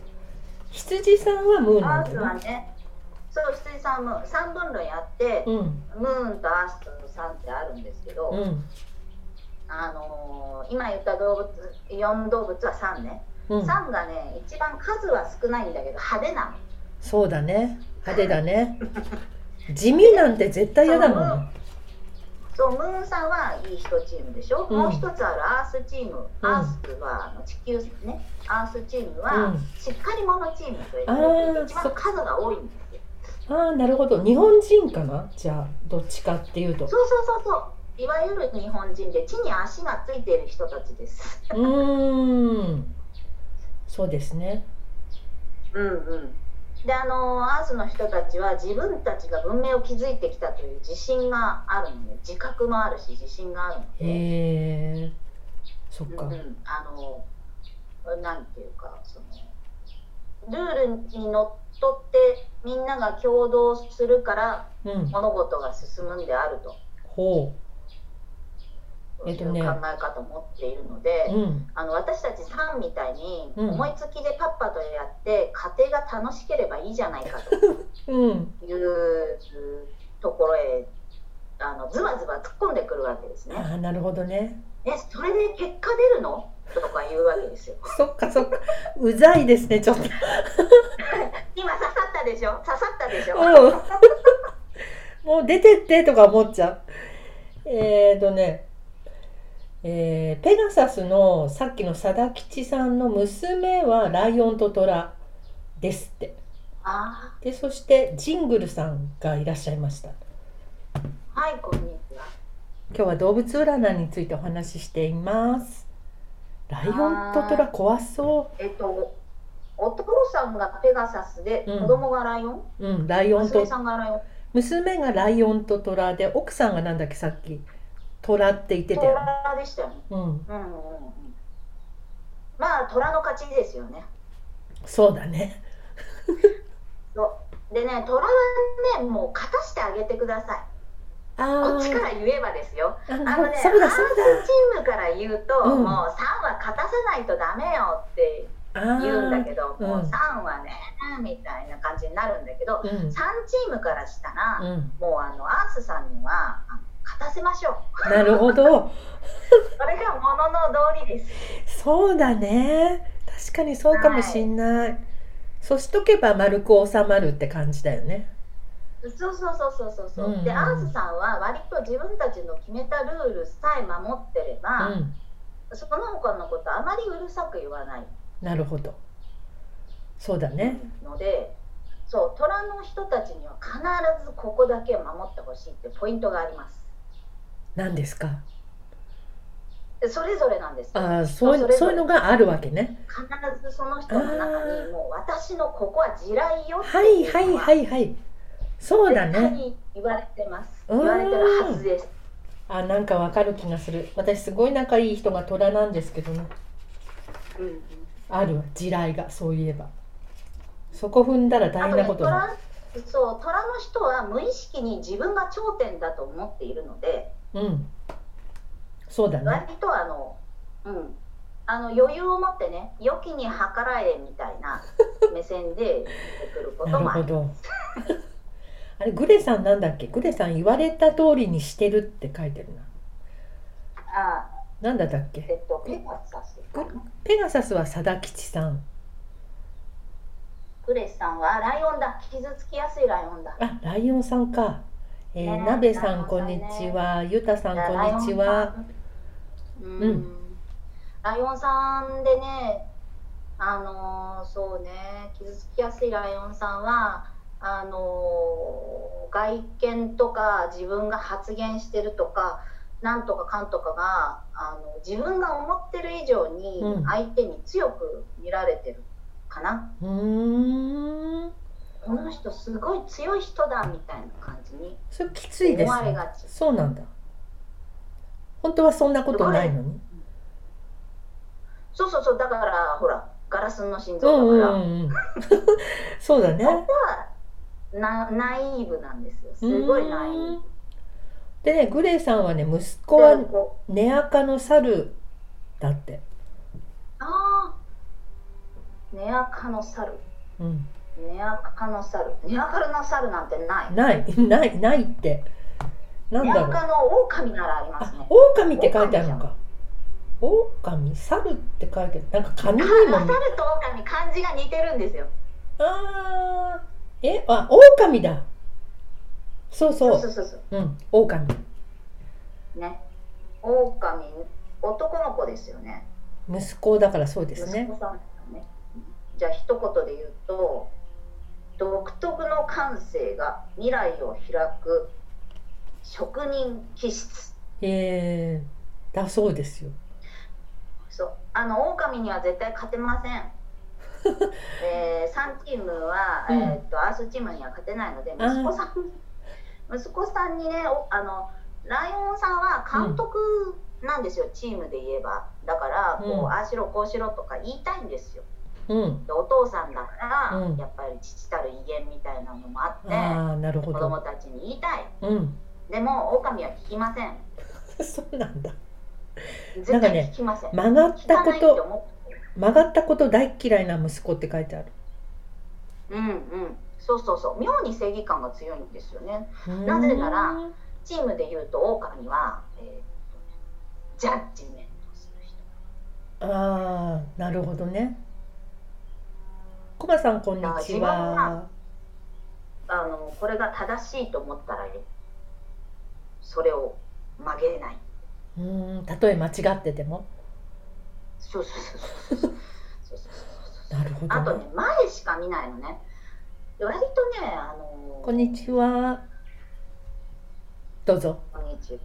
羊さんはムーンな
ア
ん
ー
だ
ス
よ
は
ね。
ねそう羊さんも3分類あって、
うん、
ムーンとアースさんってあるんですけど、
うん、
あのー今言った動物4動物は3ね、
うん。
3がね一番数は少ないんだけど派手なの
そうだね。派手だね。地味なんて絶対嫌だもんね。
そうムーンさんはいい人チームでしょ、
うん
もう一つあるアースチーム、
うん
アースはあの地球ねアースチーム
う
は
ん
しっかり者チームと言われていて一
あーそ
番数が多いんですよ
ああ、なるほど。日本人かなじゃあ、どっちかっていうと。う
そうそうそうそう。いわゆる日本人で地に足がついている人たちです。
ーん。そうですね。
うんうん。であのアースの人たちは自分たちが文明を築いてきたという自信があるのね自覚もあるし自信があるので、
へえ。そっ
うん
か。
うん、あのなんていうかそのルールにのっとってみんなが共同するから
うん。
物事が進むんであると
ほえ
いう
っ
考
とね
え方を持っているので、
う。うん。
あの私たちさんみたいに
うん
思いつきでパッパとやって家庭が楽しければいいじゃないか
うん。
というところへあのズバズバ突っ込んでくるわけですね。
ああ、なるほどね。
えそれで結果出るのとか言うわけですよ。
そっかそっか。うざいですね、ちょっと。
今刺さったでしょ刺さったでしょ
うん。もう出てってとか思っちゃう。えーとね、えーペガサスのさっきの貞吉さんの娘はライオンと虎ですって。
あ
で、そしてジングルさんがいらっしゃいました。
ーはいこんにちは。
今日は動物占いについてお話ししています。ライオンと虎怖そ
えっとお父さんがペガサスで
うん
子供がライオン、
う。うん、ライオンと
娘さんがライオン
娘がライオンと虎で奥さんがなんだっけさっき虎って言ってた
ト
よね。
ラでしたよね。
うん、
うんうんうんうん。まあトラの勝ちですよね。
そうだね。
でね、虎はね、もう勝たしてあげてください。
あ
こっちから言えばですよ。
あ、な
あ
るほ
のね
ど、、
ア
そ
ー
うだ
ス
そう
チームから言うと、
うん
もう3は勝たさないとダメよって
だ。
言うんだ
あ
けど、
うん
もう3はね、みたいな感じになるんだけど、
あ、うん
3、チームからしたら、
うん、
もうあのアースさんにはあの勝たせましょう。
なる
[LAUGHS]
ほど、
それがものの道理です。
そうだね。確かにそうかもしんない。そうしとけば丸く収まるって感じだよね。
そうそうそうそうそうそう。
うん
で、アースさんは割と自分たちの決めたルールさえ守ってれ
う
ば、
ん、
その他のことあまりうるさく言わない
なるほど。そうだね。
ので、そう虎の人たちには必ずここだけを守ってほしいってポイントがあります
何ですか。
でそれぞれなんですけど
ああ、そうい
そうれぞれ
そういうのがあるわけね。
必ずその人の中にもう私のここは地雷よって
はいは
い
い
うのは
はいはい。そうだ
絶対
ね。
に言われてます
うん
言われてるはずです
あ、なんかわかる気がする。私すごい仲いい人が虎なんですけどね。
うんうん
あるわ地雷がそういえば。そこ踏んだら
あ
大
と
変な
ね
ことになる。
虎そう虎の人は無意識に自分が頂点だと思っているので
うん。そうだね。
割とあの、うん、あの余裕を持ってね良きに計らえみたいな目線で出てくること
なる
もあ
ほ
る
ど。 [LAUGHS] あれグレさんなんだっけ？グレさん言われた通りにしてるって書いてるな。
あ
なんだったっけ？
えっとペガサス
グペガサスは貞吉さん。
クレスさんはライオンだ傷つきやすいライオンだ
あ、ライオンさんか。えー、
ね
なべさ
ライオンさん
ん、
ね
こんにちは。ゆたさん、
ライオ
こん
ン
に
さ
ち
ん
は。
うん、
うん
ライオンさんでねあのーそうね傷つきやすいライオンさんはあのー外見とか自分が発言してるとかなんとかかんとかがあの自分が思ってる以上に
うん
相手に強く見られてるかな、
うーん。
この人すごい強い人だみたいな感じに
それきついです
思われ
ね
がち。
そうなんだ。本当はそんなことないのに。
そうそうそうだからほらガラスの心
う
臓
んう
だから。
んう
[LAUGHS]
ん。そうだね。
なナイーブなんですよ。すごいナイーブ。
でね、グレイさんはね、息子は
でこ
ネアカの猿だって。
うああ、ネアカの猿、
うん。
ネアカの猿、ネアカの猿なんてない。
ない、 [LAUGHS] ない、ないって。なん
ネ
だ
ア
ろう。
カの狼ならあります
あ
ね、。
狼って書いてあるのか。狼、猿って書いてある。なんか紙にも
あ
見。
猿と狼漢字が似てるんですよ。
あーえ、あ、狼だ。そうそ。
そうそううそうそ
うん、狼。
う。ね、狼男の子ですよね。
息子だからそうです
息
ね。
子さんですね。じゃあ一言で言うと。独特の感性が未来を開く職人気質
えー、だそうですよ。
そうあの狼には絶対勝て
[LAUGHS]
ません。えー、3チームは、
うん
えーっとアースチームには勝てないので
あー
息子さん [LAUGHS] 息子さんにねおあのライオンさんは監督なんですよ、チームで言えばだからこう、
うん
ああしろこうしろとか言いたいんですよ
うん。
でお父さんだから、
うん
やっぱり父たる威厳みたいなのもあって
ああ、なるほ
子供
ど。
たちに言いたい
うん。 [LAUGHS]
でも狼は聞きません
そうなんだ。
絶対聞きません
曲がっ
聞
た
か
こ
ないって
と、
思って
曲がったこと大っ嫌いな息子って書いてある。
うんうん、そうそうそう妙に正義感が強いんですよね
うーん
なぜならチームでいうと狼は、えーとねジャッジメントする人
ああ、なるほどね。コバさん、こんに
あ
ち
自分
は
は。あのこれが正しいと思ったらそれを曲げないう
ーん、たとえ間違ってても。
そうそうそうそうそうそうそうそう
なるほ
あ
ど
と
ね、
ね前しか見ないのねで割とねあの
こんにちは。どうぞ。
こんにちは。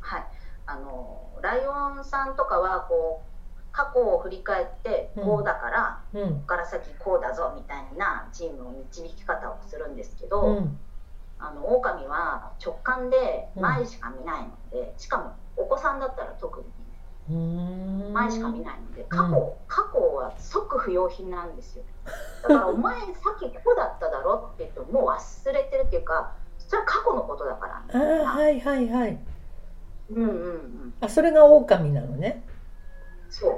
はい。あのライオンさんとかはこう過去を振り返って
うん
こうだから、
うん
こ。こから先こうだぞみたいなチームの導き方をするんですけど、
うん。
あの狼は直感で
うん
前しか見ないので、しかもお子さんだったら特にね
うーん。
前しか見ないので過去、過去は即不要品なんですよだからお前さっきこうだっただろって言ってももう忘れてるっていうかそれは過去のことだから
あ [LAUGHS] あ、はいはいはい。
うんうんうん
あ、それが狼なのね。
そう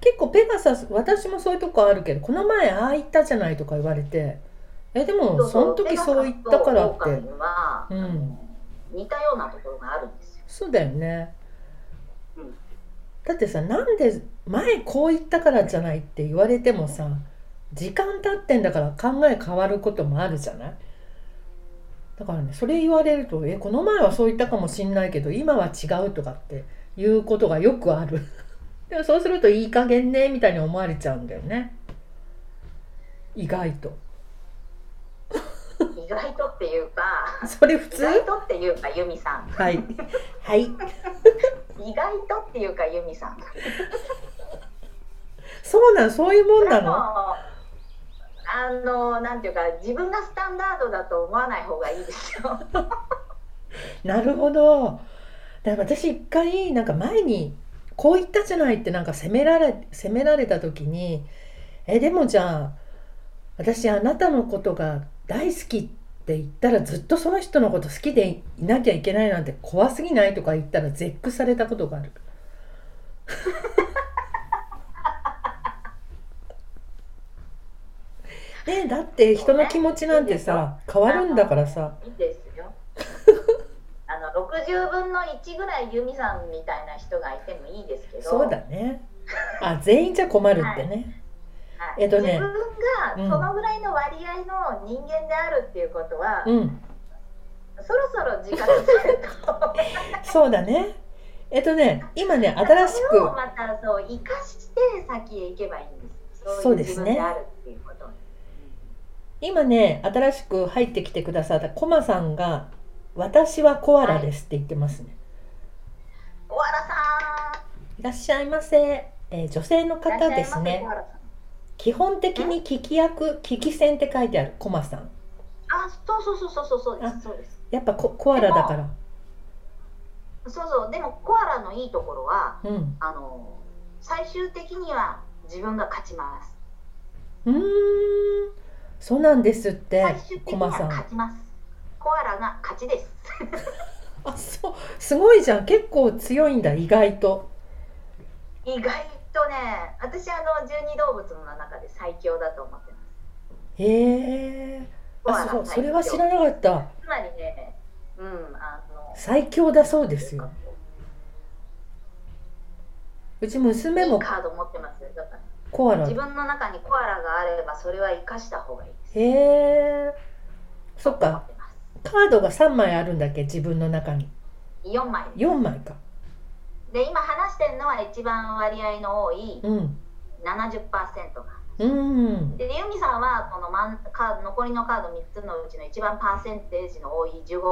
結構ペガサス、私もそういうとこあるけど、この前ああ言ったじゃないとか言われて。え、でも、その時そう言ったからっ
ペガサスと
て
狼。は、
うん
あの似たようなところがある
[LAUGHS]
んですよ。
そうだよね、
うん
だってさなんで前こう言ったからじゃないって言われてもさ時間経ってんだから考え変わることもあるじゃないだからねそれ言われると「えこの前はそう言ったかもしんないけど今は違う」とかっていうことがよくある [LAUGHS] でもそうすると「いい加減ね」みたいに思われちゃうんだよね意外と
意外とっていうか、
それ普
意
通
外とっていうか由美さん、
はいはい
意外とっていうか由美さん。
そうなんそういうもんな
でも
の
あのなんていうか自分がスタンダードだと思わない方がいいですよ。
なるほど。だから私一回なんか前にこう言ったじゃないってなんか責められ責められた時にえでもじゃあ私あなたのことが大好きって言ったらずっとその人のこと好きでいなきゃいけないなんて怖すぎないとか言ったら絶句されたことがあ
[LAUGHS]
る。ねえだって人の気持ちなんてさ変わるんだからさ。
いいで
[LAUGHS]
すよ。あの60分の1ぐらい由美さんみたいな人がいてもいいですけど
そうだね。あ全員じゃ困るってね、
はい
えっとね
自分がそのぐらいの割合の人間であるっていうことは、
うん
そろそろ自覚すると
そうだねえっとね今ね新し
それを
く
またそう生かして先へ行けばいいんです
そうですね
い自分であるっていうこと
今ね新しく入ってきてくださったコマさんが「私はコアラです」って言ってますね、
小原さ
い、らっしゃいませ、えー女性の
んいら
方
っしゃい
で
ます小
ね
原さん
基本的に聞き役聞き戦って書いてあるコマさん
あそうそうそうそうそうそうで
あ
すそうです
やっぱココアラだから
そうそうでもコアラのいいところは
うん
あの最終的には自分が勝ちます
うーんそうなんですって
最終的
コ
には
マさん
勝ちますコアラが勝ちです [LAUGHS]
あそうすごいじゃん結構強いんだ意外と
意外とね私あの十二動物の中で最強だと思ってます
へえ
コア
あ
ラ
そう
最
そ
強
れは知らなかった
つまりねうんあの
最強だそうですようち娘
いい
も
カード持ってますよだから
コアラ
自分の中にコアラがあればそれは生かした方がいいです
へえそっ
思
か
ってます
カードが3枚あるんだっけ自分の中に
4枚です
4枚か
で今話してるのは一番割合の多い
うん
70%が
うん
でユミさんはこのマンカード残りのカード3つのうちの一番パーセンテージの多い15%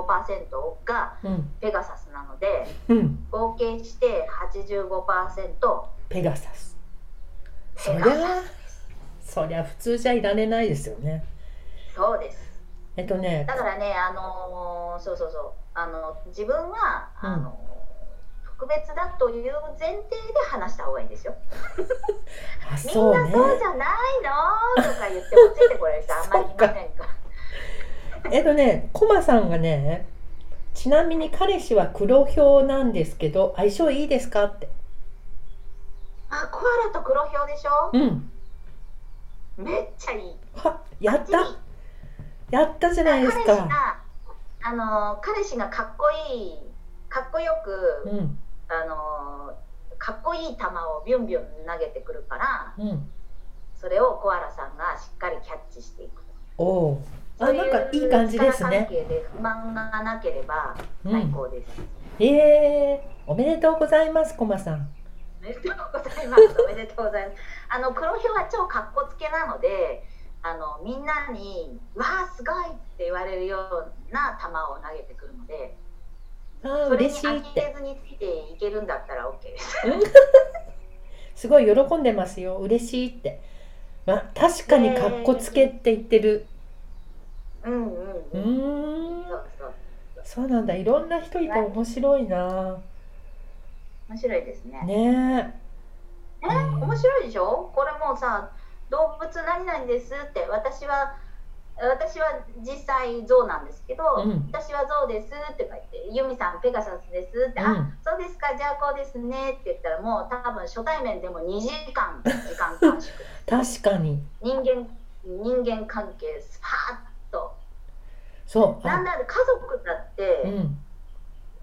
が
うん
ペガサスなので
うん
合計して85%
ペガサスそ
ペ
り
ガ
ゃ
サ
そりゃ普通じゃいられないですよね
スそうです
えっとね
だからねあのーそうそうそうあの自分は
うん
あの、特別だという前提で話した方がいいですよ。
あ
みん
そう
な
ね
そうじゃないのとか言ってもついてこれる
[LAUGHS]
人あんまりいませんから。
えっとね、コマさんがね、ちなみに彼氏は黒ひょうなんですけど、相性いいですかって。
あコアラと黒ひょうでしょ
うん。
めっちゃいい
は、やっ
バッチ
たやったじゃない
リ
です
彼氏
か。
があの彼氏がかっこいいかっこよく、
うん、
あのかっこいい球をビュンビュン投げてくるから
うん。
それをコアラさんがしっかりキャッチしていく
おおー。あ、
そうい
なん
う
かいい感じです
力関
ね。
係で不満がなければ
う
最
ん。
高です、
ええおめでとうございます、コマさん。
おめでとうございますおめでとうございますあの黒ひょうは超かっこつけなのであのみんなに「わあすごい!」って言われるような球を投げてくるので
あー
それに
嬉しい
呆
って。
れずについていけるんだったら OK です。
すごい喜んでますよ、嬉しいって。まあ、確かにかっこつけって言ってる。
うんうん
う
う
ーん。
ん。そうそう。
そうなんだ、いろんな人いて面白いな。
面白いですね。
ね
え、面白いでしょ？これもうさ、動物何々ですって私は私は実際象なんですけど、
うん
私は象ですって書いて、ユミさんペガサスですって、
え。
あ、そうですか、じゃあこうですねって言ったらもう多分初対面でも2時間時間短縮。
確かに
人間人間関係スパーッと。
そう
なん
あ
だろう家族だって。
うん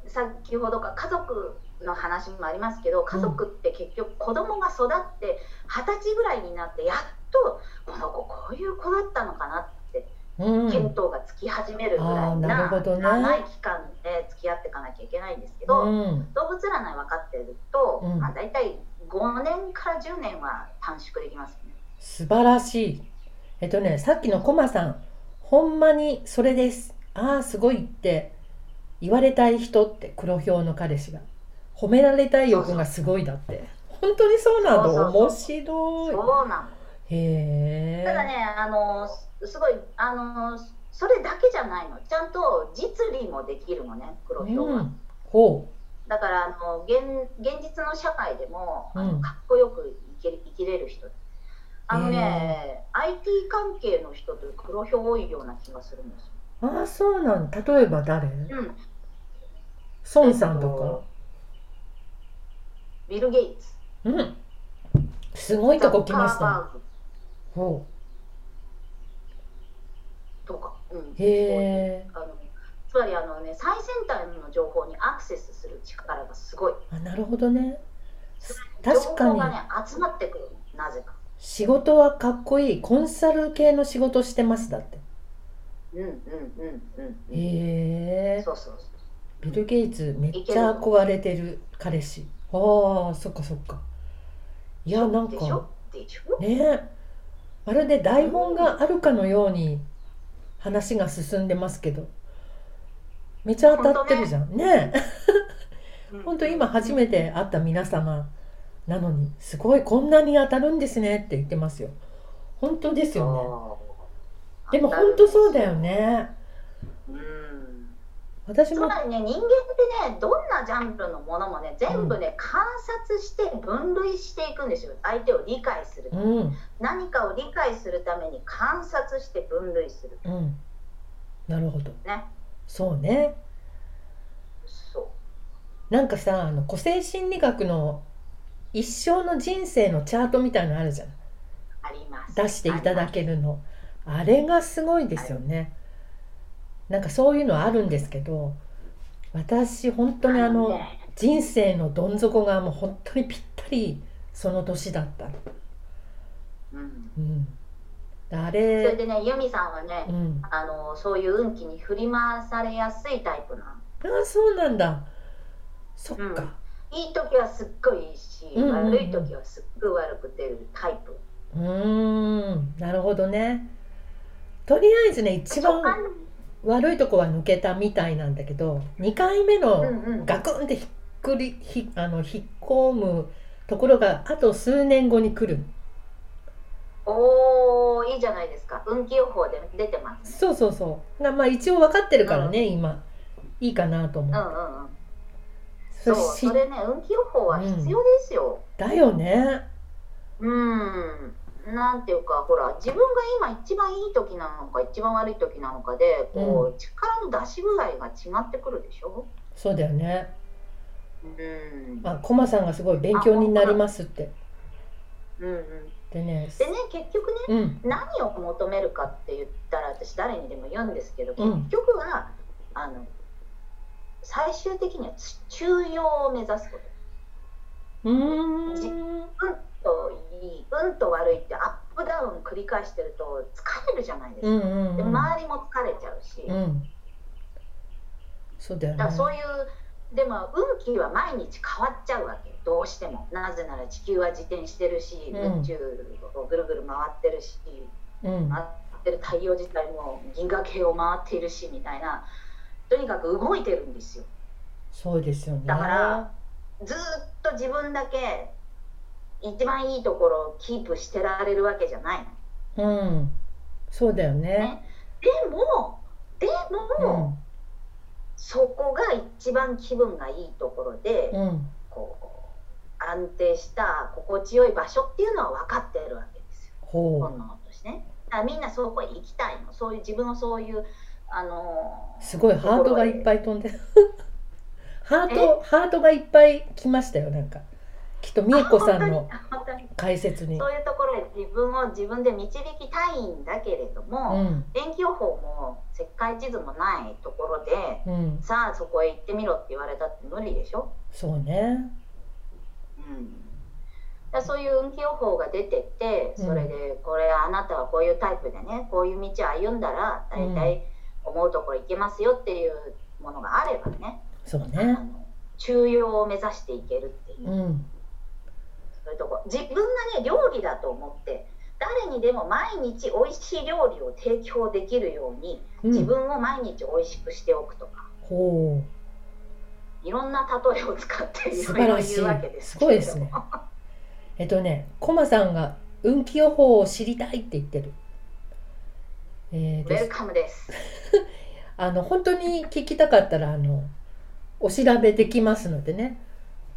先ほどか家族の話もありますけど家族って結局子供が育って二十歳ぐらいになってやっとこの子こういう子だったのかなって
う
見
ん
当がつき始めるぐらい
あーなる
な
ほどね
長い期間で付き合っていかなきゃいけないんですけど、
うん
動物占い分かってると、
うん
まあ、大体5年から10年は短縮できますよね。
素晴らしいえっとねさっきのコマさん「ほんまにそれですああすごい」って言われたい人って黒ひょうの彼氏が褒められたい欲がすごいだって本当にそうな
そ
の
うそう
面白
そうなの
いへ
ただ
え
ね、あのすすごいあのそれだけじゃないのちゃんと実利もできるのね黒ひょうは。
うんほ
だからあの現現実の社会でも、あ
う
の
ん
かっこよく生き生きれる人あのね、IT 関係の人と黒ひょう多いような気がするんです
うああそうなの例えば誰
よ。うん、
孫さん
えっ
と
ビル・ゲイツ。
かうんすごいとこ来まし
ザッカ
た
ーバーグ
ほ
とか。うん、
うへえ
あのつまりあのね最先端の情報にアクセスする力がすごい。
あなるほどね。確か
情報が
に
ね集まってくるなぜか
仕事はかっこいいコンサル系の仕事してますだって
うんうんうんうんうん
へえ
そうそうそう
ビル・ゲイツめっちゃ憧れてる彼氏ああそっかそっかいやなん
でしょ
か
でしょ
ねえまるで台本があるかのように話が進んでますけどめちゃ当たってるじゃんねえ本当今初めて会った皆様なのにすごいこんなに当たるんですねって言ってますよ本当ですよね
あー
でも本当そうだよね
うん
私
つ
も
まりね人間ってねどんなジャンルのものもね全部ね観察して分類していくんですよ相手を理解する
うん
何かを理解するために観察して分類する
うんなるほど
ね
そうね
そ
なんかさあの個性心理学の一生の人生のチャートみたいのあるじゃん
うあります
出していただけるのあれがすごいですよねなんかそういうのあるんですけど私本当にあの
ね
人生のどん底がもう本当にぴったりその年だった、
うん
うん、あ
それ
れ
でね由美さんは
う
ね
ん
あのそういう運気に振り回されやすいタイプなの
あそうなんだそっか
いい時はすっごいいいし、
うんうんうん
悪い時はすっごい悪くてるタイプ
うーんなるほどねとりあえずね一番
あの
悪いとこは抜けたみたいなんだけど2回目
う
の
んうん
ガクンってひっくりひあの引っ込むところがあと数年後に来る
おおいいじゃないですか運気予報で出てます
そうそうそうなまあ一応分かってるからね、今いいかなと思
うんう
う、
んうん
そ
そう
れし
それね運気予報は必要ですよ
だよね
うんなんていうかほら自分が今一番いい時なのか一番悪い時なのかでこう、力の出し具合が違ってくるでしょ
そうだよね
うん
あコマさんがすごい勉強になりますって
うんうん
でね
でね結局ね
うん
何を求めるかって言ったら私誰にでも言うんですけど
うん
結局は、あの最終的にはつ中庸を目指すこ
うーん
とといい運と悪いってアップダウン繰り返してると疲れるじゃないです
う
か、
んうん
で
うん
周りも疲れちゃうし、
う
だ
んそうだよね
からそういうでも運気は毎日変わっちゃうわけどうしてもなぜなら地球は自転してるし
うん
宇宙をぐるぐる回ってるし、
うん
回ってる太陽自体も銀河系を回っているしみたいなとにかく動いてるんですよ
そうですよね
だからずーっと自分だけ一番いいところをキープしてられるわけじゃないの
うんそうだよね
ねでもでも、そこが一番気分がいいところで、
うんうん
こう安定した心地よい場所っていうのは分かってるわけですよ
ほ
本能としてねだからみんなそこへ行きたいのそういう自分のそういうあの
うすごいハートがいっぱい飛ん
[LAUGHS]
でハートハートがいっぱい来ましたよなんかきっと美恵子さんの
あ本当に本当に
解説に
そういうところで自分を自分で導きたいんだけれど
う
も、
ん
天気予報も世界地図もないところで
うん
さあそこへ行ってみろって言われたって無理でしょ、
そうね
うん、だからそういう運気予報が出てってそれでこれあなたはこういうタイプでねこういう道を歩んだら大体思うところ行けますよっていうものがあればね、
そう
あ
ね
の中庸を目指していけるっていう。
うん
そういうとこ自分がね料理だと思って誰にでも毎日美味しい料理を提供できるように
う
自
ん
分を毎日美味しくしておくとか、
ほ
いろんな例えを使って
う
い
素
ろ
晴
いろ
らし
言うわけ
い
です
す
けど
ごいですねえっとねコマさんが運気予報を知りたいって言ってるえー
ウ
で
ェ
す
ルカムです
あの本当に聞きたかったらあのお調べできますのでね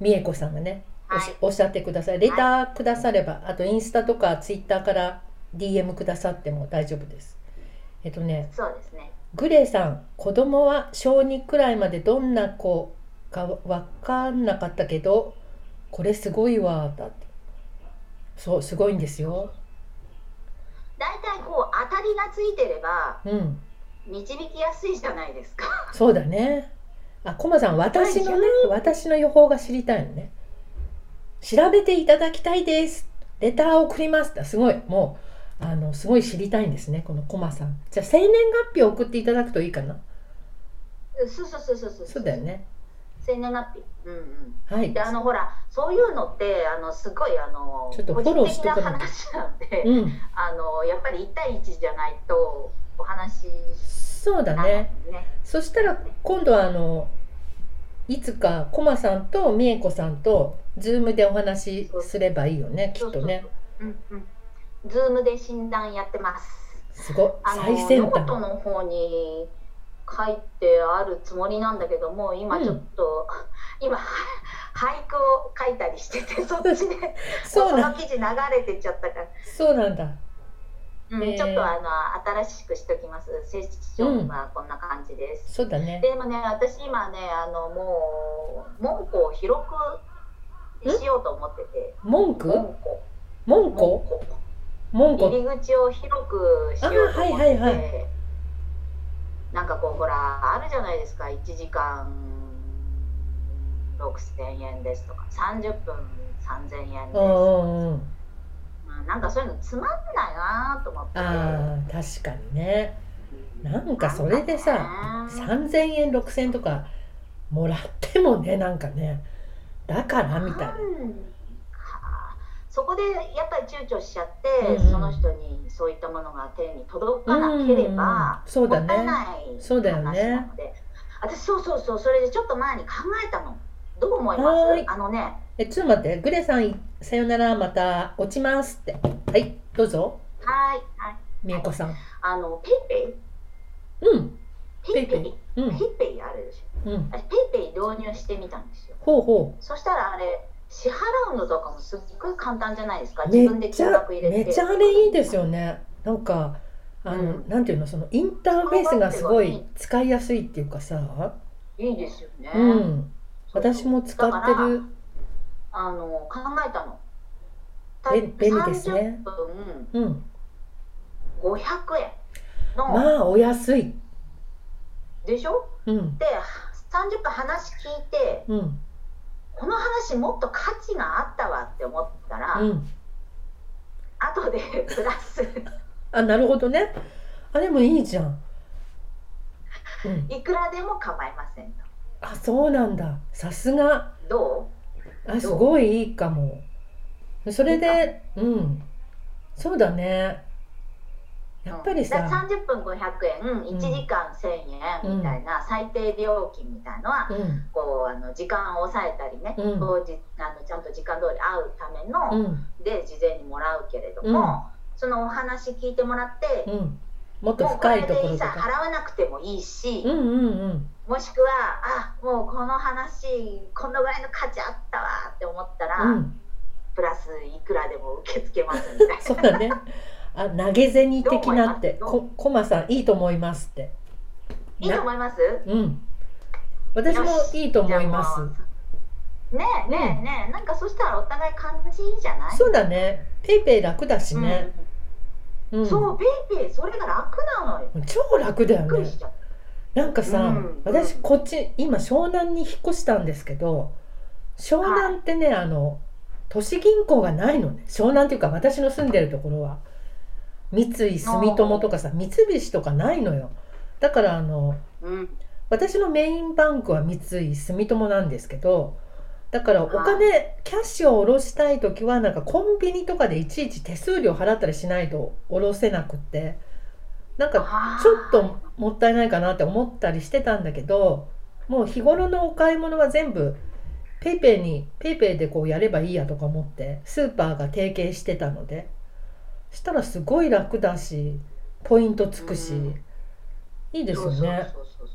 美恵子さんがねおし,、
はい
おっしゃってくださいレターくださればあとインスタとかツイッターから DM くださっても大丈夫ですえっとね
そうですね
グレーさん子供は小2くらいまでどんな子か分かんなかったけどこれすごいわだってそうすごいんですよ
大体こう当たりがついてれば
うん
導きやすいじゃないですか
そうだねあコマさん私のね私の予報が知りたいのね調べていただきたいです。レターを送ります。すごい、もう、あの、すごい知りたいんですね、このコマさん。じゃあ、生年月日を送っていただくといいかな。
そうそうそうそうそう
そうだよね。
生年月日うんうん
はい
で。あのほらそういうのってあのすごいあの
ちょっとフォロー
個人的な
しとかないと
話なんで、
うん。
あのやっぱり1対1じゃないとお話し
そうだ
ならない
ね。
ね
そしたら今度はあのいつかコマさんと美恵子さんとズームでお話しすればいいよねきっとね。
うんうんズームで診断やってます
すごい
あの
最先
ノート
端
の方に書いてあるつもりなんだけども今
うん
ちょっと、 [LAUGHS] 今俳句を書いたりして
[LAUGHS]
てそっちで
そうな
の記事流れてっちゃったから、
そうなんだ
うん
えー
ちょっとあの新しくしておきますセッションはこんな感じです、
そうだね
でもね私今ねあのもう門戸を広くしようと思ってて
文句
門
文
戸門
庫文
戸
庫
入り口を広くしようと思
あ
ってて、
はいはいは
なんかこうほらあるじゃないですか1時間6000円ですとか30分3000円です
う
とか、
んうんうん
うんなんかそういうのつまんないなと思ってて
あー確かにねなんかそれでさ
なんかね
3,000円6,000円とかもらってもねなんかねだからみたいな
うんかそこでやっぱり躊躇しちゃって、
うんうん
その人にそういったものが手に届かなければ
うん、そうだね
もったいない
そうだよね
話なので私そうそうそうそれでちょっと前に考えたのどう思います
はーい
あのね
えちょっと待ってグレさんさよならまた落ちますってはいどうぞ
はーいはい
美恵子さん
あのペイペイ
うん
ペイペイ
ペ
ペ
イ
イ
う
ペ
ん
イペイあるでしょ
うん
私ペイペイ導入してみたんですよ
ほうほ
そしたらあれ支払うのとかもすっごい簡単じゃないですか
う
自分
め
で
っち
金
ゃ
額入れて
めっちゃあれいいですよねなんかあの、
うん
なんていうのそのインターフェースがすごい使いやすいっていうかさ
いいですよね、
うん私も使ってる
あの考えたの。
べ便利ですね
30分
うん
500円の、
まあお安い
でしょ
うん
で30分話聞いて
うん
この話もっと価値があったわって思ったら、
うん
後で [LAUGHS] プラス
あなるほどねあでもいいじゃんうん
いくらでも構いませんと
あそうなんださすが
ど
あすごいいいかもそれでうんそうだね
う
やっぱり
うん
さ、
だから30分500円1時間1000円みたいな、最低料金みたいのは、
うん
こうあの時間を抑えたりね、
うん
当日あのちゃんと時間通り会うための、
うん
で事前にもらうけれども、そのお話聞いてもらって、
うんもっと
もうこ
深
れ
いとこ
でい
ろ
い
と
さ
か
払わなくてもいいし、
うんうんうん
もしくはあもうこの話このぐらいの価値あったわって思ったら、
うん
プラスいくらでも受け付けます
[LAUGHS]
みたい
そうだねあ投げ銭的なって
どう思い
こコマさんいいと思いますって
ないいと
な
思います
うん私もいいと思いま
じゃあも
す
うねえねえねえなんかそしたらお互い感じいいじゃない
そうだねペイペイ楽だし
うん
ね、うん
そうペイペイそれが楽なのよ
超楽だよ
びっ
ね
くりしちゃった
なんかさ、
うん
私
うん
こっち今湘南に引っ越したんですけど湘南ってね、あの都市銀行がないのね湘南っていうか私の住んでるところは三井住友とかさ三菱とかないのよだからあの
うん
私のメインバンクは三井住友なんですけどだからお金キャッシュを下ろしたい時はなんかコンビニとかでいちいち手数料払ったりしないと下ろせなくってなんか
あー
ちょっともったいないかなって思ったりしてたんだけどもう日頃のお買い物は全部 PayPay に PayPay でこうやればいいやとか思ってスーパーが提携してたのでしたらすごい楽だしポイントつくし、
うん
いいですよね。
そうそうそう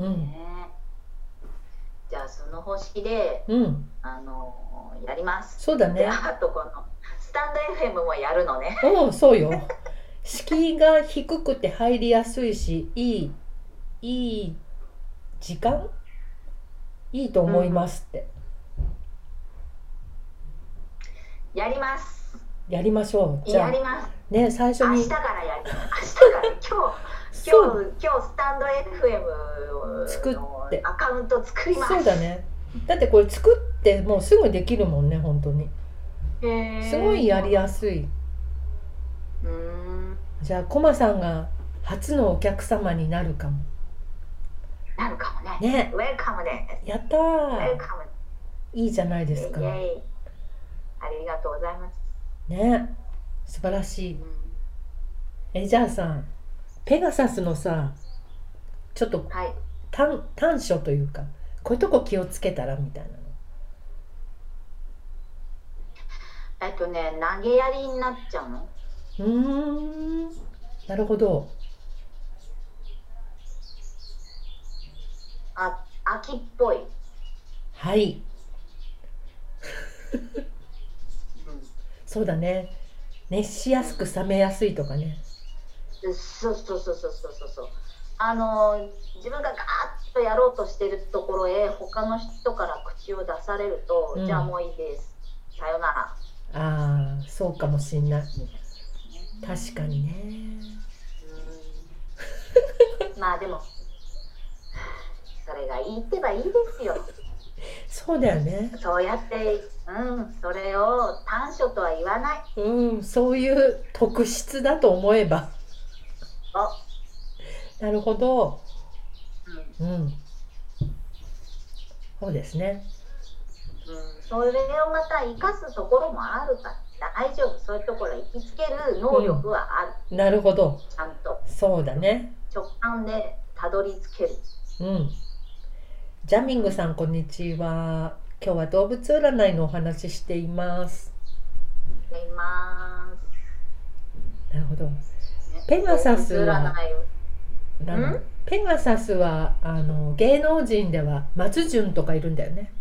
そう
うん、
ねじゃあその方式で、
うん、
あのやります。
そうだ
で
ね。
あとこのスタンド FM もやるのね。
うん、そうよ。敷居が低くて入りやすいし、いい、いい時間いいと思いますって。
やります。
やりましょう。じゃ
や
あ
ります。
ね最初
明
に
日からやります。
[LAUGHS]
明日から
そ
今
う
日今日今日スタンド FM を
作って
アカウント作ります。
そうだねだってこれ作っってもうすぐできるもんね本当に
へー
すごいやりやすいう
ーん
じゃあコマさんが初のお客様になるかも
なるかもね
ね
ウェルカムです
やった
ウェル
ー
カム
いいじゃないですか
イエイありがとうございます、
ね素晴らし
う
い
ん
えじゃあさペガサスのさちょっと
はい
短短所というかこういうとこ気をつけたらみたいなの
えっとね投げやりになっちゃうの
うーんなるほど
あ秋っぽい、うん、
はいそうだね熱しやすく冷めやすいとかね
でそうそうそうそうそうそうそうあの自分がガーッとやろうとしてるところへ他の人から口を出されると、
うん
じゃあもういいですさよなら
ああそうかもしんない確かにね
うんまあでもそれが言ってばいいですよ
そうだよね
そうやってうんそれを短所とは言わない
うんそういう特質だと思えば
あ
なるほど
うん
うんそうですね
うんそれをまた生かすところもあるから大丈夫そういうところ行きつける能力はある、
なるほど
ちゃんと
そうだね
直感でたどり着ける
うんジャミングさんこんにちは今日は動物占いのお話ししています
思いま
なるほど
す、ね
ペガサスは
占いを
なの
ん
ペガサスはあの芸能人では松潤とかいるんだよね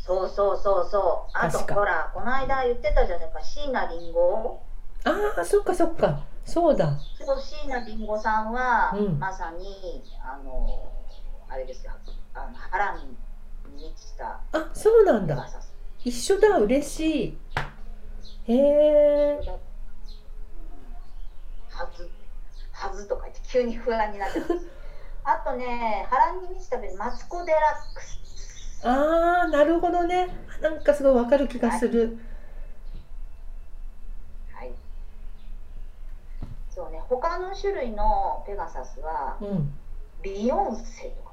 そうそうそうそうあと
確か
ほらこの間言ってたじゃないか椎名林檎
ああそっかそっかそうだ
そう椎名林檎さんは、
うん
まさにあのあれですよあの波乱に満ちた
あそうなん
ペ
だ
ガサス
一緒だ嬉しいへえ
はず、はずとか言って急に不安に
[LAUGHS]
なってます。あとね、波乱に満ちたべ、マツコ・デラックス。
ああなるほどねなんかすごいわかる気がする
はい。そうね、他の種類のペガサスは、
うん
ビヨンセとか。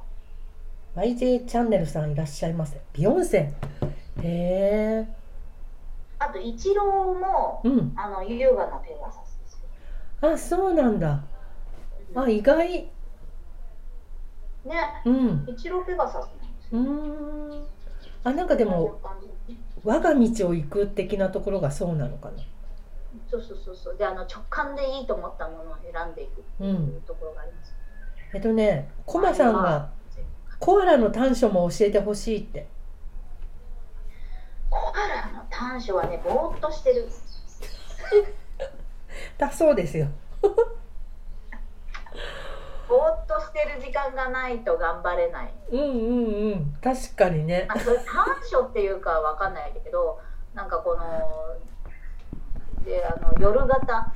YJ チャンネルさんいらっしゃいませビヨンセへえ
あと、イチローも、
うん
あの、優雅なペガサスですよ。
あそうなんだあ意外
ね、
うん
イチローペガサスなんです
うー
よ。
んあなんかでも
こんな感じ
我が道を行く的なところがそうなのかな
そうそうそうそうであの直感でいいと思ったものを選んでいくっていうところがあります、
えっとねコマさんがコアラの短所も教えてほしいって
コアラの短所はねぼーっとしてる
だそうですよ
ぼーっとしてる時間がないと頑張れない。
うんうんうん確かにね
あそれ短所っていうかわかんないけど、なんかこの、であの夜型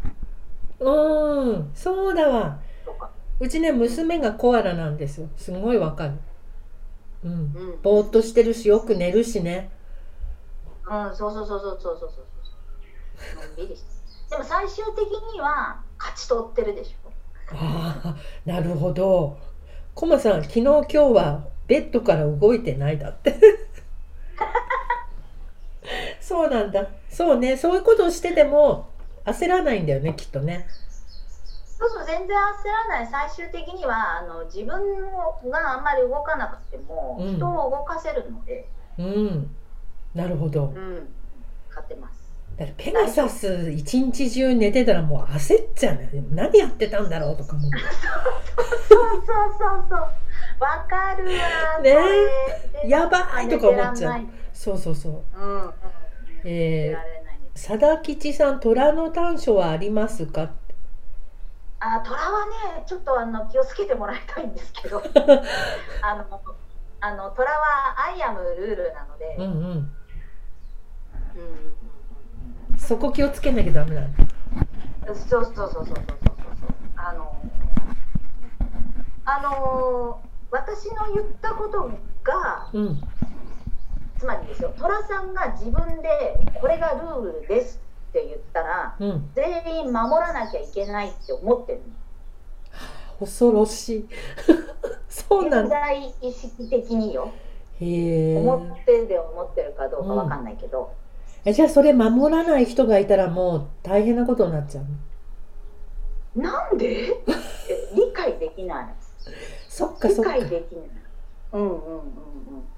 うんそうだわ
とか。
うちね娘がコアラなんですよすごいわかるうん
うん、
ぼーっとしてるしよく寝るしね
うん、そうそうそうそうそうそうそうそう。のんびりしてでも最終的には勝ち取ってるでしょ。
ああなるほどコマさん昨日今日はベッドから動いてないだって [LAUGHS] そうなんだそうねそういうことをしてても焦らないんだよねきっとね
そうそう、全然焦らない。最終的にはあの自分があんまり動かなくても、
うん
人を動かせるので、
うんなるほど
うん、勝てます。
だってペガサス一日中寝てたらもう焦っちゃうのよ何やってたんだろうとか思う
そうそうそうそう。わかるわ。
ね
それ
やばいとか思っちゃう
寝て
そうそうそう
らんない。うん。寝
え
ら
ー
れないね
佐田吉さん虎の短所はありますかって
あ、虎はね、ちょっとあの気をつけてもらいたいんです
[LAUGHS]
けど。あの、あの虎はアイアムルールなので。
う
うん
んうん
うん
そこ気をつけなきゃダメなの
うん。そうそうそうそうそうそうそう。あの。あの、私の言ったことが
うん
全まりですよ寅さんが自分でこれがルールですって言ったら
うん、
全員守らなきゃいけないって思ってるの
恐ろしい。 [LAUGHS] そうなん
潜
だ。
在意識的によ
へえ。
思ってで思ってるかどうかわかんないけど、
えじゃあそれ守らない人がいたらもう大変なことになっちゃうの
な
[LAUGHS]
んでって理解できない
そっか
理
そっか
解できないうんうんうん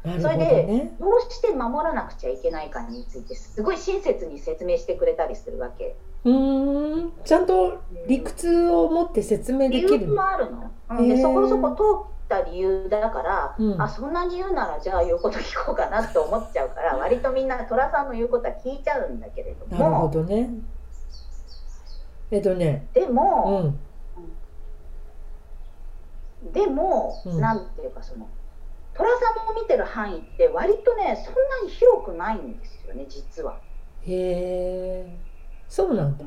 うん
なる
それ
ほど
で
ね
どうして守らなくちゃいけないかについてすごい親切に説明してくれたりするわけ
うーんちゃんと理屈を持って説明で
理
き
由
るの
もあるの、
へー
でそこそこ通った理由だから、
うん
あそんなに言うならじゃあ言うこと聞こうかなと思っちゃうから割とみんな寅さんの言うことは聞いちゃうんだけれど
なるほ
も
どねえっとね
で
う
も、
ん
でも、
うん
なんていうかその寅さんの見てる範囲って割とねそんなに広くないんですよね実は。
へえそうなんだ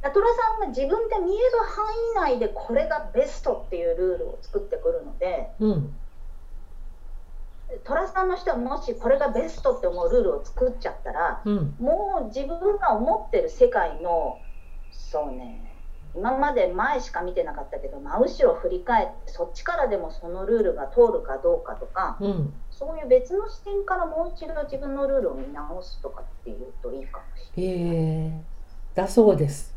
だトラさんが自分で見える範囲内でこれがベストっていうルールを作ってくるので
うん
トラさんの人はもしこれがベストって思うルールを作っちゃったら
うん
もう自分が思ってる世界のそうね今まで前しか見てなかったけど真後ろ振り返ってそっちからでもそのルールが通るかどうかとか
うん
そういう別の視点からもう一度自分のルールを見直すとかっていうといいかもしれない。
へえだそうです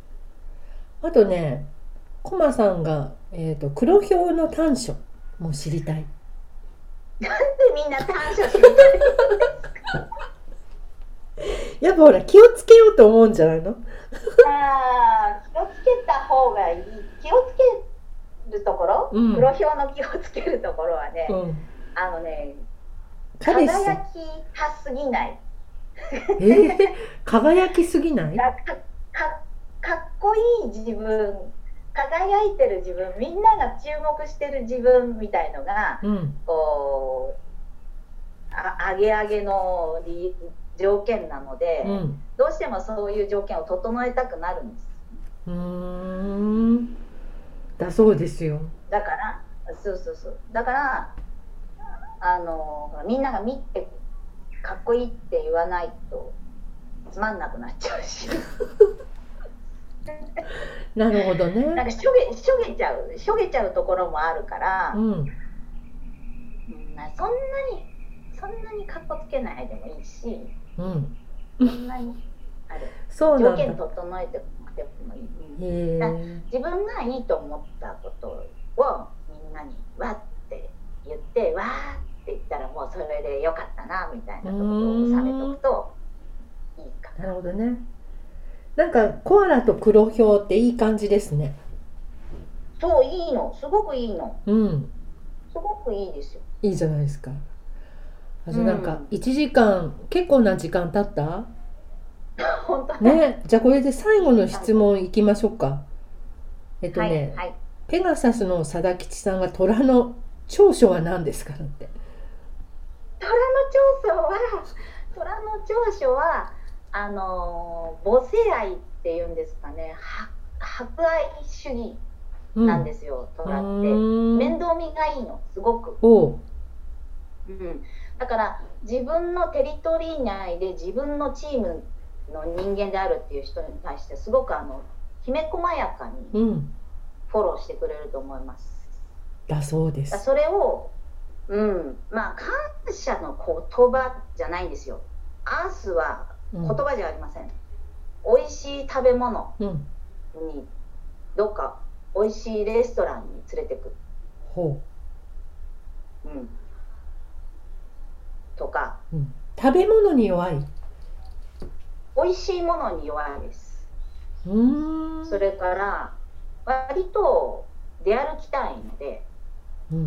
あとねコマさんが、えー、と黒ひょうの短所も知りたい
なんでみんな短所しない
やっぱほら気をつけようと思うんじゃないの
あー気をつけた方がいい気をつけるところ、
うん
黒ひょうの気をつけるところはね、
うん
あのね
彼氏さ
輝
ん
き派すぎない
えー、輝きすぎない
かかかかっこいい自分輝いてる自分みんなが注目してる自分みたいのが
うん
こうあ上げ上げの理条件なので、
うん
どうしてもそういう条件を整えたくなるんです
うーんだそうですよ
だからそうそうそうだからあのみんなが見てかっこいいって言わないとつまんなくなっちゃ
[LAUGHS]
うし
なるほど
なん
ね
かしょげしょげちゃうしょげちゃうところもあるから、
う
うん
ん
そんなにそんなにかっこつけないでもいいし
[LAUGHS] うん
そんなにあれ
そうな
条
ん
件
だ
整えてなくてもいい、
へえ
自分がいいと思ったことをみんなにわって言ってわーって言ったらもうそれでよかったなみたいなところを収めとくといいか
な
な
るほどねなんかコアラと黒ひょうっていい感じですね
そういいのすごくいいの
うん
すごくいいですよ
いいじゃないですかあとなんか
うん
1時間、結構な時間経った
本当に
ねじゃあこれで最後の質問いきましょうかえっとね、
はいはい
ペガサスの貞吉さんが虎の長所は何ですかだって。。
虎の長所は虎の長所はあのー母性愛っていうんですかねは博愛主義なんですすよ、
う
虎って
ーん
面倒見がいいのすごく
おう
うん、だから自分のテリトリー内で自分のチームの人間であるっていう人に対してすごくあのきめ細やかに
うん。
フォローしてくれると思います。
だそうで
だから
す。
それを、うん、まあ感謝の言葉じゃないんですよ。アースは
う
言
ん。
葉じゃありません。美味しい食べ物
うん。
にどっか美味しいレストランに連れてく、
ほ
うん、とか
う。うん。食べ物に弱い。う
美味しいものに弱いです。
ーん。
それから割と出歩きたいので、
うん。
う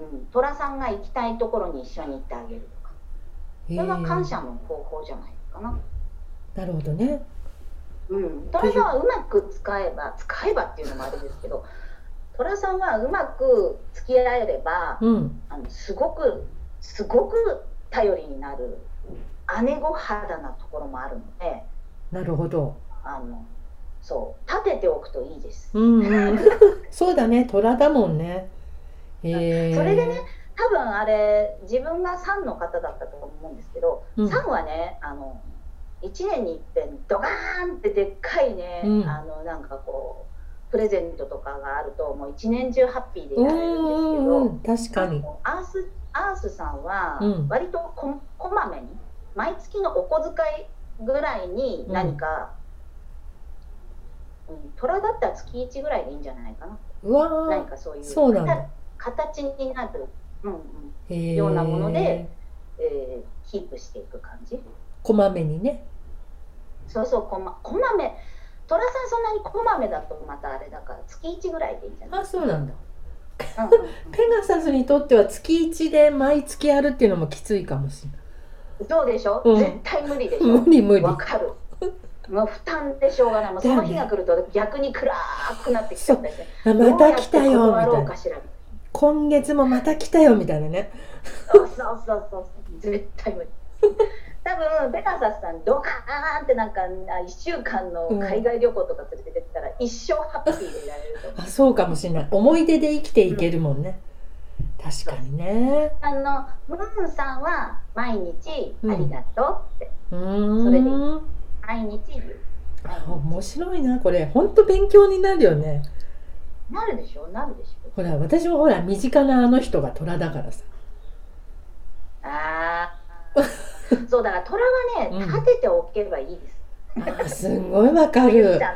ん、寅さんが行きたいところに一緒に行ってあげるとか
へ
そ
え
れが感謝の方法じゃないかな。
なるほどね。
うん、寅さんはうまく使えば使えばっていうのもあれですけ [LAUGHS] ど寅さんはうまく付き合えれば
うん。
あのすごくすごく頼りになる姉御肌なところもあるので
なるほど。
あのそう立てておくといいです。
うん、うん。そうだね。虎だもんね。へえ
それでね、多分あれ自分が3の方だったと思うんですけど、
うん
3はねあの1年にいっぺんドカーンってでっかいね、
うん
あのなんかこうプレゼントとかがあるともう1年中ハッピーでいら
う
れるんですけど、
んうんうん確かに
あのアースアースさんは
うん
割とここまめに毎月のお小遣いぐらいに何か、うん虎だったら月1ぐらいでいいんじゃないかな、
うわ
何かそういう
そうなんだ
かた形になる、うんうん
ーへえ
ようなものでえーキープしていく感じ
こまめにね
そうそうこまこまめ虎さんそんなにこまめだとまたあれだから月1ぐらいでいいんじゃない
あそうなんだ
うんうんうん
ペガサスにとっては月1で毎月やるっていうのもきついかもしれない [LAUGHS]
どうでしょう、
うん
絶対無理でしょ
無理無理
わかる。もう負担でしょうがない。もうその日が来ると逆に暗くなってきちゃったりして。
あまた来た
ど
よ
うや
み
って断
た
ろ
いうな
かしら。
今月もまた来たよみたいなね
そうそうそうそう。絶対無理。多分ベガサスさんドカーンってなんか1週間の海外旅行とか連れてったら一生ハッピーでいられると思う。
あそうかもしれない思い出で生きていけるもんね、確かにね
あのムーンさんは毎日ありがとうって、
うーん
それで毎日言う
あ面白いなこれ本当勉強になるよね
なるでしょなるでしょ
ほら私もほら身近なあの人が虎だからさ
ああそうだから虎はね
うん
立てておけばいいです。
あすんごいわかる
じゃあ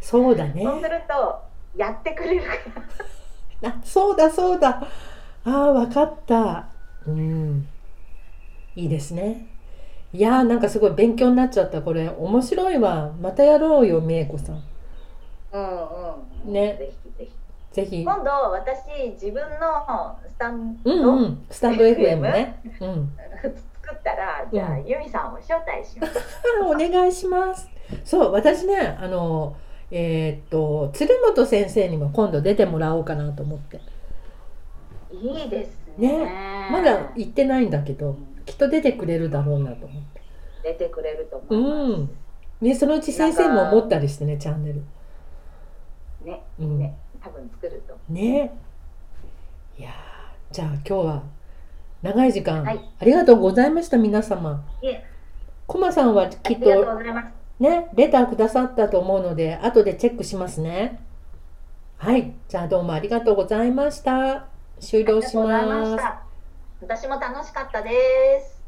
そうだね
そうするとやってくれるか
あそうだそうだあーわかったうんいいですねいやーなんかすごい勉強になっちゃったこれ面白いわまたやろうよみえこさん
ら。うんうん。
ね
ぜひぜひ。
ぜひ
今度私自分のスタン
う
ド、
んうんスタンド FM
FM
ねうん
作ったらじゃあ、
うん
ユミさんを招待します。
あお願いしますそう私ねあのえーっと鶴本先生にも今度出てもらおうかなと思って
いいですね。
まだ行ってないんだけどきっと出てくれるだろうなと思って
出てくれると思います。
ねそのうち先生も思ったりしてねチャンネル
ね
うん
ね多分作ると思
ねいやーじゃあ今日は長い時間、
はい
ありがとうございました皆様
う。いえ
コマさんは
あ
き
り
っ
がとう
と
ございます。
ねレターくださったと思うので後でチェックしますねはいじゃあどうもありがとうございました終
あり
了
が
し
とうござい
ま
ますした。私も楽しかったです。